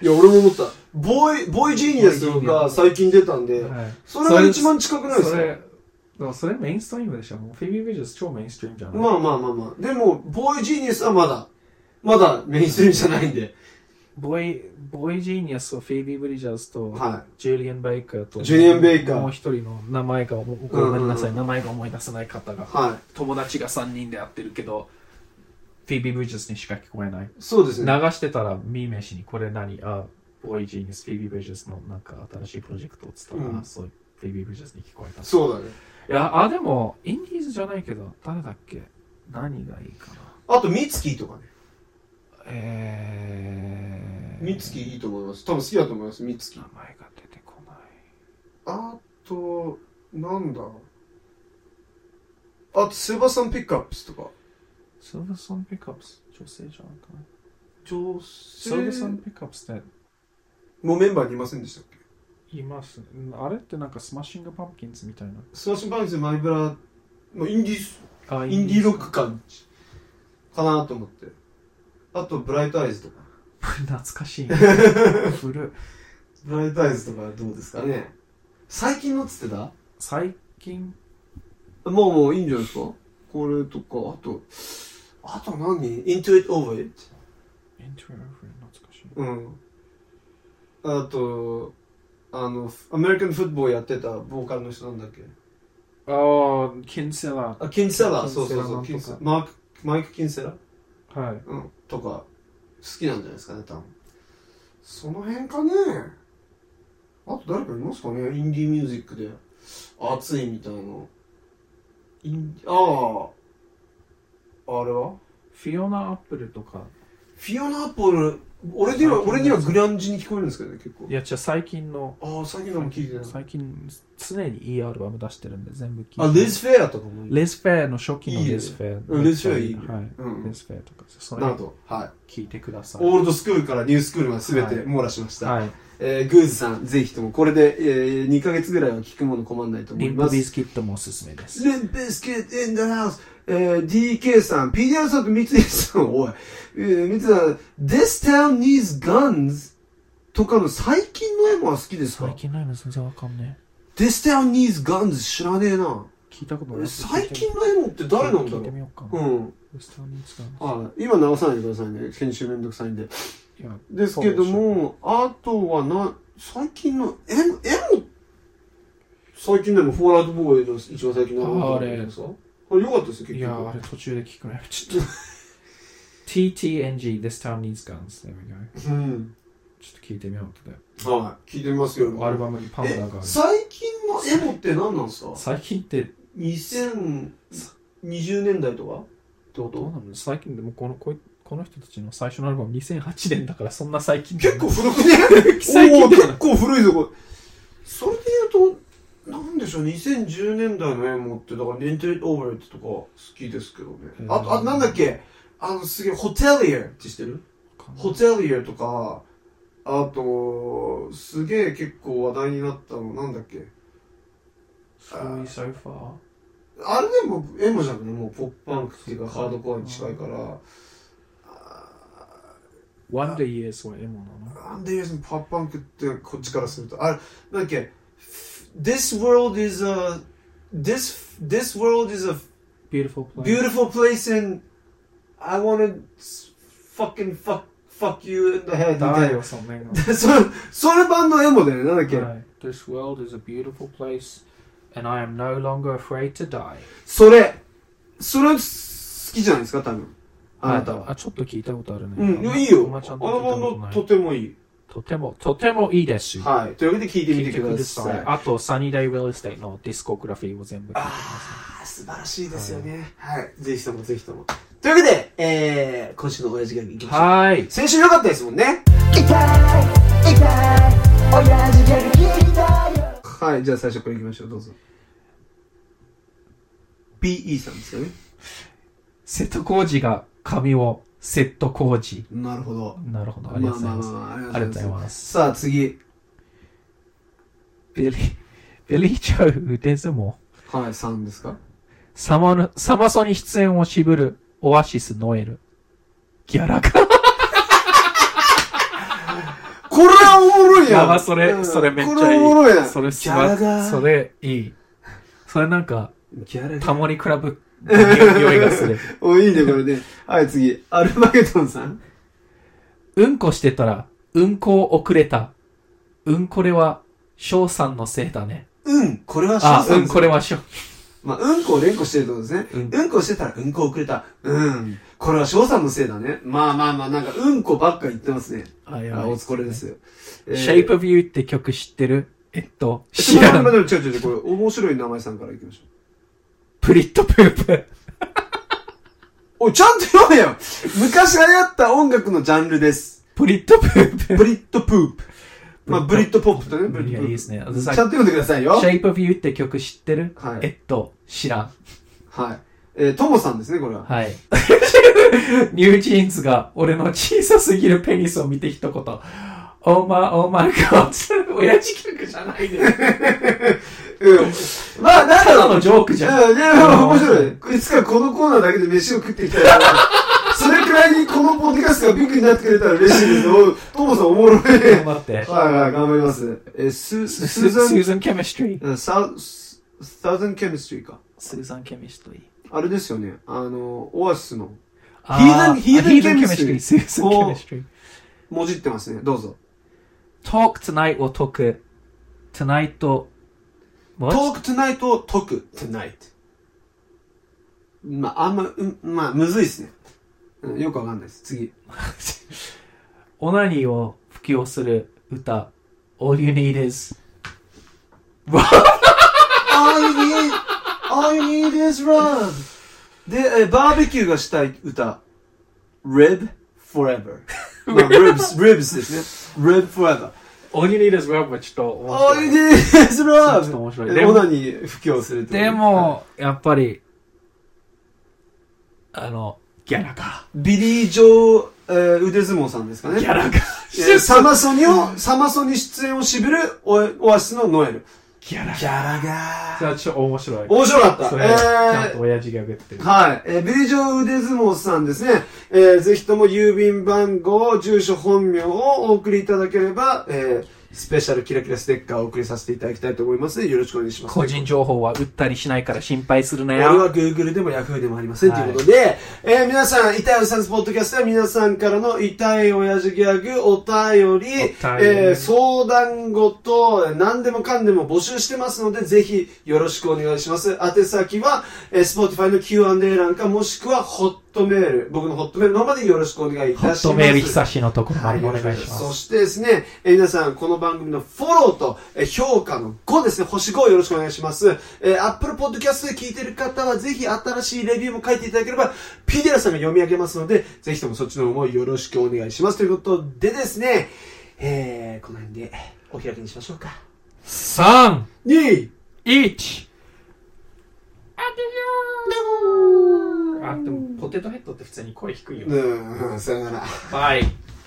[SPEAKER 1] いや、俺も思った。ボーイ、ボーイジーニアスが最近出たんで、
[SPEAKER 3] はい
[SPEAKER 1] それが一番近くないです
[SPEAKER 3] そ
[SPEAKER 1] か
[SPEAKER 3] れでもそれメインストリームでしょもうフェイビー・ブリッジス超メインストリームじゃない、
[SPEAKER 1] まあまあまあまあ。でも、ボーイジーニアスはまだ、まだメインストリームじゃないんで。
[SPEAKER 3] ボイボイ・ジーニアスとフェイビー・ブリッジャーズと、
[SPEAKER 1] は
[SPEAKER 3] ジュリアン・ベイカーと、
[SPEAKER 1] ジュリアンベイカー
[SPEAKER 3] もう一人の名前が思い、ごめんなさ
[SPEAKER 1] う
[SPEAKER 3] い、名前が思い出せない方が
[SPEAKER 1] い。、は
[SPEAKER 3] 友達が3人で会ってるけど、フィービー・ブリッジャーズにしか聞こえない。
[SPEAKER 1] い。そうです
[SPEAKER 3] 流
[SPEAKER 1] ね。
[SPEAKER 3] してたら、ミーメイ氏に、これ何あ、ボイ・ジーニアス、フィービー・ブリッジャーズのなんか新しいプロジェクトをつったら、
[SPEAKER 1] うん
[SPEAKER 3] あそう、フィービー・ブリッジャーズに聞こえた。い
[SPEAKER 1] そうだね。
[SPEAKER 3] や、あ、でも、インディーズじゃないけど、誰だっけ何がいいかな。
[SPEAKER 1] あと、ミツキーとかね。
[SPEAKER 3] えー、
[SPEAKER 1] ミツキーいいと思います。多分好きだと思います、ミツキ
[SPEAKER 3] 名
[SPEAKER 1] ー。
[SPEAKER 3] 前が出てこない。
[SPEAKER 1] あと、なんだあと、セバスタン・ピックアップスとか。
[SPEAKER 3] シルバソンピックアップス、女性じゃなくない
[SPEAKER 1] 女
[SPEAKER 3] シルバソン
[SPEAKER 1] 性
[SPEAKER 3] ピックアップスって
[SPEAKER 1] もうメンバーにいませんでしたっけ
[SPEAKER 3] いますね。あれってなんかスマッシングパンプキンズみたいな。
[SPEAKER 1] スマッシュパンキンズ、マイブラ、もうインディース
[SPEAKER 3] あ
[SPEAKER 1] インディーロック感かなと思って。あと、ブライトアイズとか。
[SPEAKER 3] 懐かしい ね。古い。
[SPEAKER 1] ブライトアイズとかどうですかね。最近のっつってた
[SPEAKER 3] 最近、
[SPEAKER 1] まあもういいんじゃないですかこれとか、あと、あと何 ?Into It Over It?
[SPEAKER 3] エントリーフル懐かしい。
[SPEAKER 1] うん。あと、あの、アメリカンフットボールやってたボーカルの人なんだっけ
[SPEAKER 3] ああ、キンセラ
[SPEAKER 1] あ、キンセ
[SPEAKER 3] キンセ
[SPEAKER 1] ラそ
[SPEAKER 3] ラ
[SPEAKER 1] うそう
[SPEAKER 3] なんと
[SPEAKER 1] そう。
[SPEAKER 3] か
[SPEAKER 1] キンセラマーク、マイク・キンセラ
[SPEAKER 3] ー。はい。
[SPEAKER 1] うん。とか、好きなんじゃないですかね、多分。その辺かね。あと誰かいますかねインディーミュージックで。熱いみたいな。インああ。あれは
[SPEAKER 3] フィオナ・アップルとか。
[SPEAKER 1] フィオナ・アップル、俺には、俺にはグランジに聞こえるんですけどね、結構
[SPEAKER 3] い。や、じゃ最近の、
[SPEAKER 1] ああ、最近のも聞いてない。
[SPEAKER 3] 最近、常にいいアルバム出してるんで、全部聞いて。
[SPEAKER 1] あ、レズ・フェアとかもいい。
[SPEAKER 3] レズフェアの初期の
[SPEAKER 1] いいね
[SPEAKER 3] レズフェア。
[SPEAKER 1] うんレズフェアいいね
[SPEAKER 3] はい。
[SPEAKER 1] うん
[SPEAKER 3] レズフェアとか、それ
[SPEAKER 1] など、はい。
[SPEAKER 3] 聞いてください。
[SPEAKER 1] オールドスクールからニュースクールまで全て
[SPEAKER 3] はい
[SPEAKER 1] 網羅しました。
[SPEAKER 3] はい。
[SPEAKER 1] えー、グーズさん、ぜひとも、これで、えー、2ヶ月ぐらいは聞くもの困んないと思
[SPEAKER 3] リ
[SPEAKER 1] い
[SPEAKER 3] ン
[SPEAKER 1] ま
[SPEAKER 3] プ
[SPEAKER 1] す。
[SPEAKER 3] ビスキットもおすすめです。
[SPEAKER 1] リンプビスケット・イン・ダ・ハウス、えー、DK さん、PDR さんと三井さん、 おい、えー、三井さん、This Town Needs Guns とかの最近のエモは好きですか
[SPEAKER 3] 最近のやつ全然わかんね
[SPEAKER 1] ?This Town Needs Guns 知らねえな。
[SPEAKER 3] え。聞いたこと
[SPEAKER 1] 俺最近のエモって誰なんだろ
[SPEAKER 3] 聞いて
[SPEAKER 1] う
[SPEAKER 3] みようか。
[SPEAKER 1] う
[SPEAKER 3] ウ
[SPEAKER 1] ん。
[SPEAKER 3] スターニーズが
[SPEAKER 1] はい。今直さないでくださいね。研修めんどくさいんで。
[SPEAKER 3] いや、
[SPEAKER 1] ですけども、あとはな、最近の、え、えも、最近でも、フォーラウトボーイの一番最近の
[SPEAKER 3] あ
[SPEAKER 1] あ
[SPEAKER 3] あれ
[SPEAKER 1] れですかあれ良かったですよ、
[SPEAKER 3] い
[SPEAKER 1] 結
[SPEAKER 3] や、
[SPEAKER 1] 局
[SPEAKER 3] あ。れ途中で聞くね。ちょっと。TTNG, This Town Needs Guns. There we go.
[SPEAKER 1] うん。
[SPEAKER 3] ちょっと聞いてみようとで。
[SPEAKER 1] はい。聞いてみますよ。
[SPEAKER 3] アルバムにパウダーがあ
[SPEAKER 1] え
[SPEAKER 3] る。
[SPEAKER 1] 最近のエモって何なんですか
[SPEAKER 3] 最近って
[SPEAKER 1] 2020年代とかってこ
[SPEAKER 3] どう
[SPEAKER 1] と
[SPEAKER 3] なの最近でもこのこいこの人たちの最初のアルバム2008年だからそんな最近
[SPEAKER 1] 結構古くね
[SPEAKER 3] 最近
[SPEAKER 1] おー
[SPEAKER 3] でもない
[SPEAKER 1] 結構古いぞ、これ。それで言うと、なんでしょう、2010年代のエモって、だから、レンテルオーバーってとか好きですけどね。
[SPEAKER 3] うん
[SPEAKER 1] あと、あとなんだっけあの、すげえ、ホテリエって知ってるホテリエとか、あと、すげえ結構話題になったの、なんだっけ
[SPEAKER 3] そういソファ
[SPEAKER 1] あれでもエモじゃなくてもうポップパンクっていうかハードコアに近いから、
[SPEAKER 3] ー。One Day Years はエモなの
[SPEAKER 1] なんで言うのパップパンクってこっちからすると、あれ、なんだっけ、This world is a, this, this world is a
[SPEAKER 3] Beautiful Play.
[SPEAKER 1] beautiful place and I wanna fucking fuck, fuck you in the head みた
[SPEAKER 3] だ
[SPEAKER 1] い
[SPEAKER 3] よ、そんなの。
[SPEAKER 1] な。 それ、それ版のエモだよね、なんだっけ。
[SPEAKER 3] はい This world is a beautiful place, and I am no longer afraid to die.
[SPEAKER 1] それ、それ好きじゃないですか、多分。あなたは。
[SPEAKER 3] あ、ちょっと聞いたことあるね。
[SPEAKER 1] うん、いやいい
[SPEAKER 3] あ
[SPEAKER 1] よ。
[SPEAKER 3] んまち
[SPEAKER 1] あ
[SPEAKER 3] ゃ
[SPEAKER 1] の
[SPEAKER 3] んと聞いたこと
[SPEAKER 1] バ
[SPEAKER 3] な
[SPEAKER 1] ン
[SPEAKER 3] い
[SPEAKER 1] ドとてもいい。
[SPEAKER 3] とても、とてもいいです。
[SPEAKER 1] はい。というわけで聞いて
[SPEAKER 3] 聞
[SPEAKER 1] みて
[SPEAKER 3] いて
[SPEAKER 1] く
[SPEAKER 3] く
[SPEAKER 1] だ
[SPEAKER 3] だ
[SPEAKER 1] さ
[SPEAKER 3] さ
[SPEAKER 1] い
[SPEAKER 3] い。。あと、サニーダイ・ウェルステイのディスコグラフィーを全部聞いてください。
[SPEAKER 1] あー素晴らしいですよね。はい。ぜひともぜひとも。
[SPEAKER 8] というわけで、えー、今週の親父ギャグいきましょう。
[SPEAKER 9] はーい。
[SPEAKER 8] 先週良かったですもんね。
[SPEAKER 10] 痛い痛い親父ギャグ聞きたいよ
[SPEAKER 1] はい、じゃあ最初これ行きましょう、どうぞ。PE さんですかね。
[SPEAKER 3] 瀬戸康二が髪をセット工事。
[SPEAKER 1] なるほど。
[SPEAKER 3] なるほど。
[SPEAKER 1] ま
[SPEAKER 3] あ
[SPEAKER 1] あ
[SPEAKER 3] り
[SPEAKER 1] ま
[SPEAKER 3] がとうござい
[SPEAKER 1] あ
[SPEAKER 3] ます。
[SPEAKER 1] まあ、あり。
[SPEAKER 3] ありがとうございます
[SPEAKER 1] さあ次。
[SPEAKER 3] ベリー、ベリーチャウですもん。
[SPEAKER 1] はい、さんですか
[SPEAKER 3] サマの、サマソに出演を渋る、オアシスノエル。ギャラが。
[SPEAKER 1] これはおもろいやん
[SPEAKER 3] やば、それ、それめっちゃいい。
[SPEAKER 1] これおもろいやん
[SPEAKER 3] それす
[SPEAKER 1] ギャラが
[SPEAKER 3] ば、それいい。それなんか、
[SPEAKER 1] ギャラ
[SPEAKER 3] タモリクラ ブの匂いがする。
[SPEAKER 1] お、いいね、これね。はい、次。アルマゲトンさん。
[SPEAKER 3] うんこしてたら、うんこを遅れた。うんこれは、翔さんのせいだね。
[SPEAKER 8] うん、これは
[SPEAKER 3] あ、
[SPEAKER 8] 翔さ
[SPEAKER 3] うんこれは翔。
[SPEAKER 1] まあ、うんこを連呼してるってことですね。
[SPEAKER 3] うん
[SPEAKER 1] うんこしてたらうんこをくれた。うん。これは翔さんのせいだね。まあまあまあ、なんかうんこばっか言ってますね。
[SPEAKER 3] あ、
[SPEAKER 1] あ、お疲れですよ。えー
[SPEAKER 3] シェイプビューって曲知ってるえっと、
[SPEAKER 1] ち
[SPEAKER 3] 知
[SPEAKER 1] ょっと
[SPEAKER 3] らん
[SPEAKER 1] 待。って待って、違う違う違う、これ、面白い名前さんから行きましょう。
[SPEAKER 3] プリットプープ。
[SPEAKER 1] おい、ちゃんと読めよ昔流行った音楽のジャン ルです。
[SPEAKER 3] プリットプープ。
[SPEAKER 1] ブリッドプープ。まあ、ブリッドポップとね、ブ
[SPEAKER 3] い
[SPEAKER 1] リッ
[SPEAKER 3] や、
[SPEAKER 1] ドプ
[SPEAKER 3] いい
[SPEAKER 1] ー
[SPEAKER 3] で
[SPEAKER 1] プ。
[SPEAKER 3] すね。
[SPEAKER 1] ちゃんと読んでくださいよ。
[SPEAKER 3] シェイプビューって曲知ってる
[SPEAKER 1] はい
[SPEAKER 3] えっと、知らん。
[SPEAKER 1] はい。えー、ともさんですね、これは。
[SPEAKER 3] はい。 ニュージーンズが俺の小さすぎるペニスを見て一言。オーマーオーマーガー。親父曲じゃないで。
[SPEAKER 1] うん。まあ、なん
[SPEAKER 3] た
[SPEAKER 1] だ
[SPEAKER 3] だ
[SPEAKER 1] ろう。
[SPEAKER 3] のジョーク
[SPEAKER 1] い
[SPEAKER 3] じゃん。
[SPEAKER 1] や、いや、面白い。いつかこのコーナーだけで飯を食っていきたい な。それくらいにこのポッドキャストがビッグになってくれたら嬉しいですよ。ともさんおもろい。
[SPEAKER 3] 頑張って。
[SPEAKER 1] はいはい、頑張ります。え、ス、ス
[SPEAKER 3] スー
[SPEAKER 1] ーザン
[SPEAKER 3] ザン・ケミストリー。
[SPEAKER 1] うん、サウ、スサウザンケミストリーか。
[SPEAKER 3] スーザン・ケミストリー。
[SPEAKER 1] あれですよね。あの、オアシスの、
[SPEAKER 3] あー
[SPEAKER 1] Heathen- Heathen
[SPEAKER 3] あ Heathen
[SPEAKER 1] Chemistry
[SPEAKER 3] Chemistry スーザン・ケミストリー。
[SPEAKER 1] もじってますね。どうぞ。
[SPEAKER 3] Talk tonight を解く。Tonight What?
[SPEAKER 1] talk tonight を talk tonight。まあ、あんま、うん、まあ、むずいっすね。うん、よくわかんないです。次。
[SPEAKER 3] オナニーを布教する歌。All you need is.
[SPEAKER 1] All you need, all you need is love. で、えーバーベキューがしたい歌。Rib forever. まあ、ribs, ribs ですね。Rib forever.
[SPEAKER 3] All you need is love はちょっと面白い
[SPEAKER 1] All you need is
[SPEAKER 3] ちょっと面白
[SPEAKER 1] love.
[SPEAKER 3] い
[SPEAKER 1] え
[SPEAKER 3] で
[SPEAKER 1] オ
[SPEAKER 3] も
[SPEAKER 1] ナに布教するってこと
[SPEAKER 3] で、も、やっぱり、あの、ギャラか。
[SPEAKER 1] ビリー・ジョー、えー腕相撲さんですかね。
[SPEAKER 3] ギャラか。
[SPEAKER 1] えーサマソニを、サマソニ出演を渋るオオアシスのノエル。
[SPEAKER 3] ギャラ
[SPEAKER 1] ギャラがー。
[SPEAKER 3] か。ちょっと面白い。
[SPEAKER 1] 面白かっ
[SPEAKER 3] そ
[SPEAKER 1] た。
[SPEAKER 3] れ、
[SPEAKER 1] え
[SPEAKER 3] ちゃんと
[SPEAKER 1] ー
[SPEAKER 3] 親父が言ってる。
[SPEAKER 1] はい。えー、ビリジョー腕相撲さんですね。えー、ぜひとも郵便番号、住所、本名をお送りいただければ、えー、スペシャルキラキラステッカーをお送りさせていただきたいと思いますので、よろしくお願いします。
[SPEAKER 3] 個人情報は売ったりしないから心配するな
[SPEAKER 1] 俺
[SPEAKER 3] よ。
[SPEAKER 1] は Google でも Yahoo でもありませんと、
[SPEAKER 3] はい
[SPEAKER 1] い、うことで、えー皆さん、痛いおじさんスポッドキャストは皆さんからの痛い親父ギャグ、お便り、えー相談事、何でもかんでも募集してますので、ぜひよろしくお願いします。宛先は、えー、Spotify の Q&A 欄か、もしくはホットメール、僕のホットメールの方までよろしくお願いいたし
[SPEAKER 3] ホ
[SPEAKER 1] ます。
[SPEAKER 3] ットメール久しのところま
[SPEAKER 1] はい、
[SPEAKER 3] でお
[SPEAKER 1] お
[SPEAKER 3] 願い
[SPEAKER 1] 願い
[SPEAKER 3] し
[SPEAKER 1] し
[SPEAKER 3] ま
[SPEAKER 1] ますす。。そしてですね、えー皆さん、この番組のフォローと、えー評価の5ですね、星5をよろしくお願いします。えー、Apple Podcast で聞いてる方は、ぜひ新しいレビューも書いていただければ、ピデラさんが読み上げますので、ぜひともそっちの方もよろしくお願いします。ということでですね、えー、この辺でお開きにしましょうか。
[SPEAKER 3] 3、
[SPEAKER 1] 2!
[SPEAKER 3] 1。
[SPEAKER 11] Adiós.
[SPEAKER 3] あ、でも、ポテトヘッドって普通に声低いよ。
[SPEAKER 1] うん、さよなら。
[SPEAKER 3] バイ。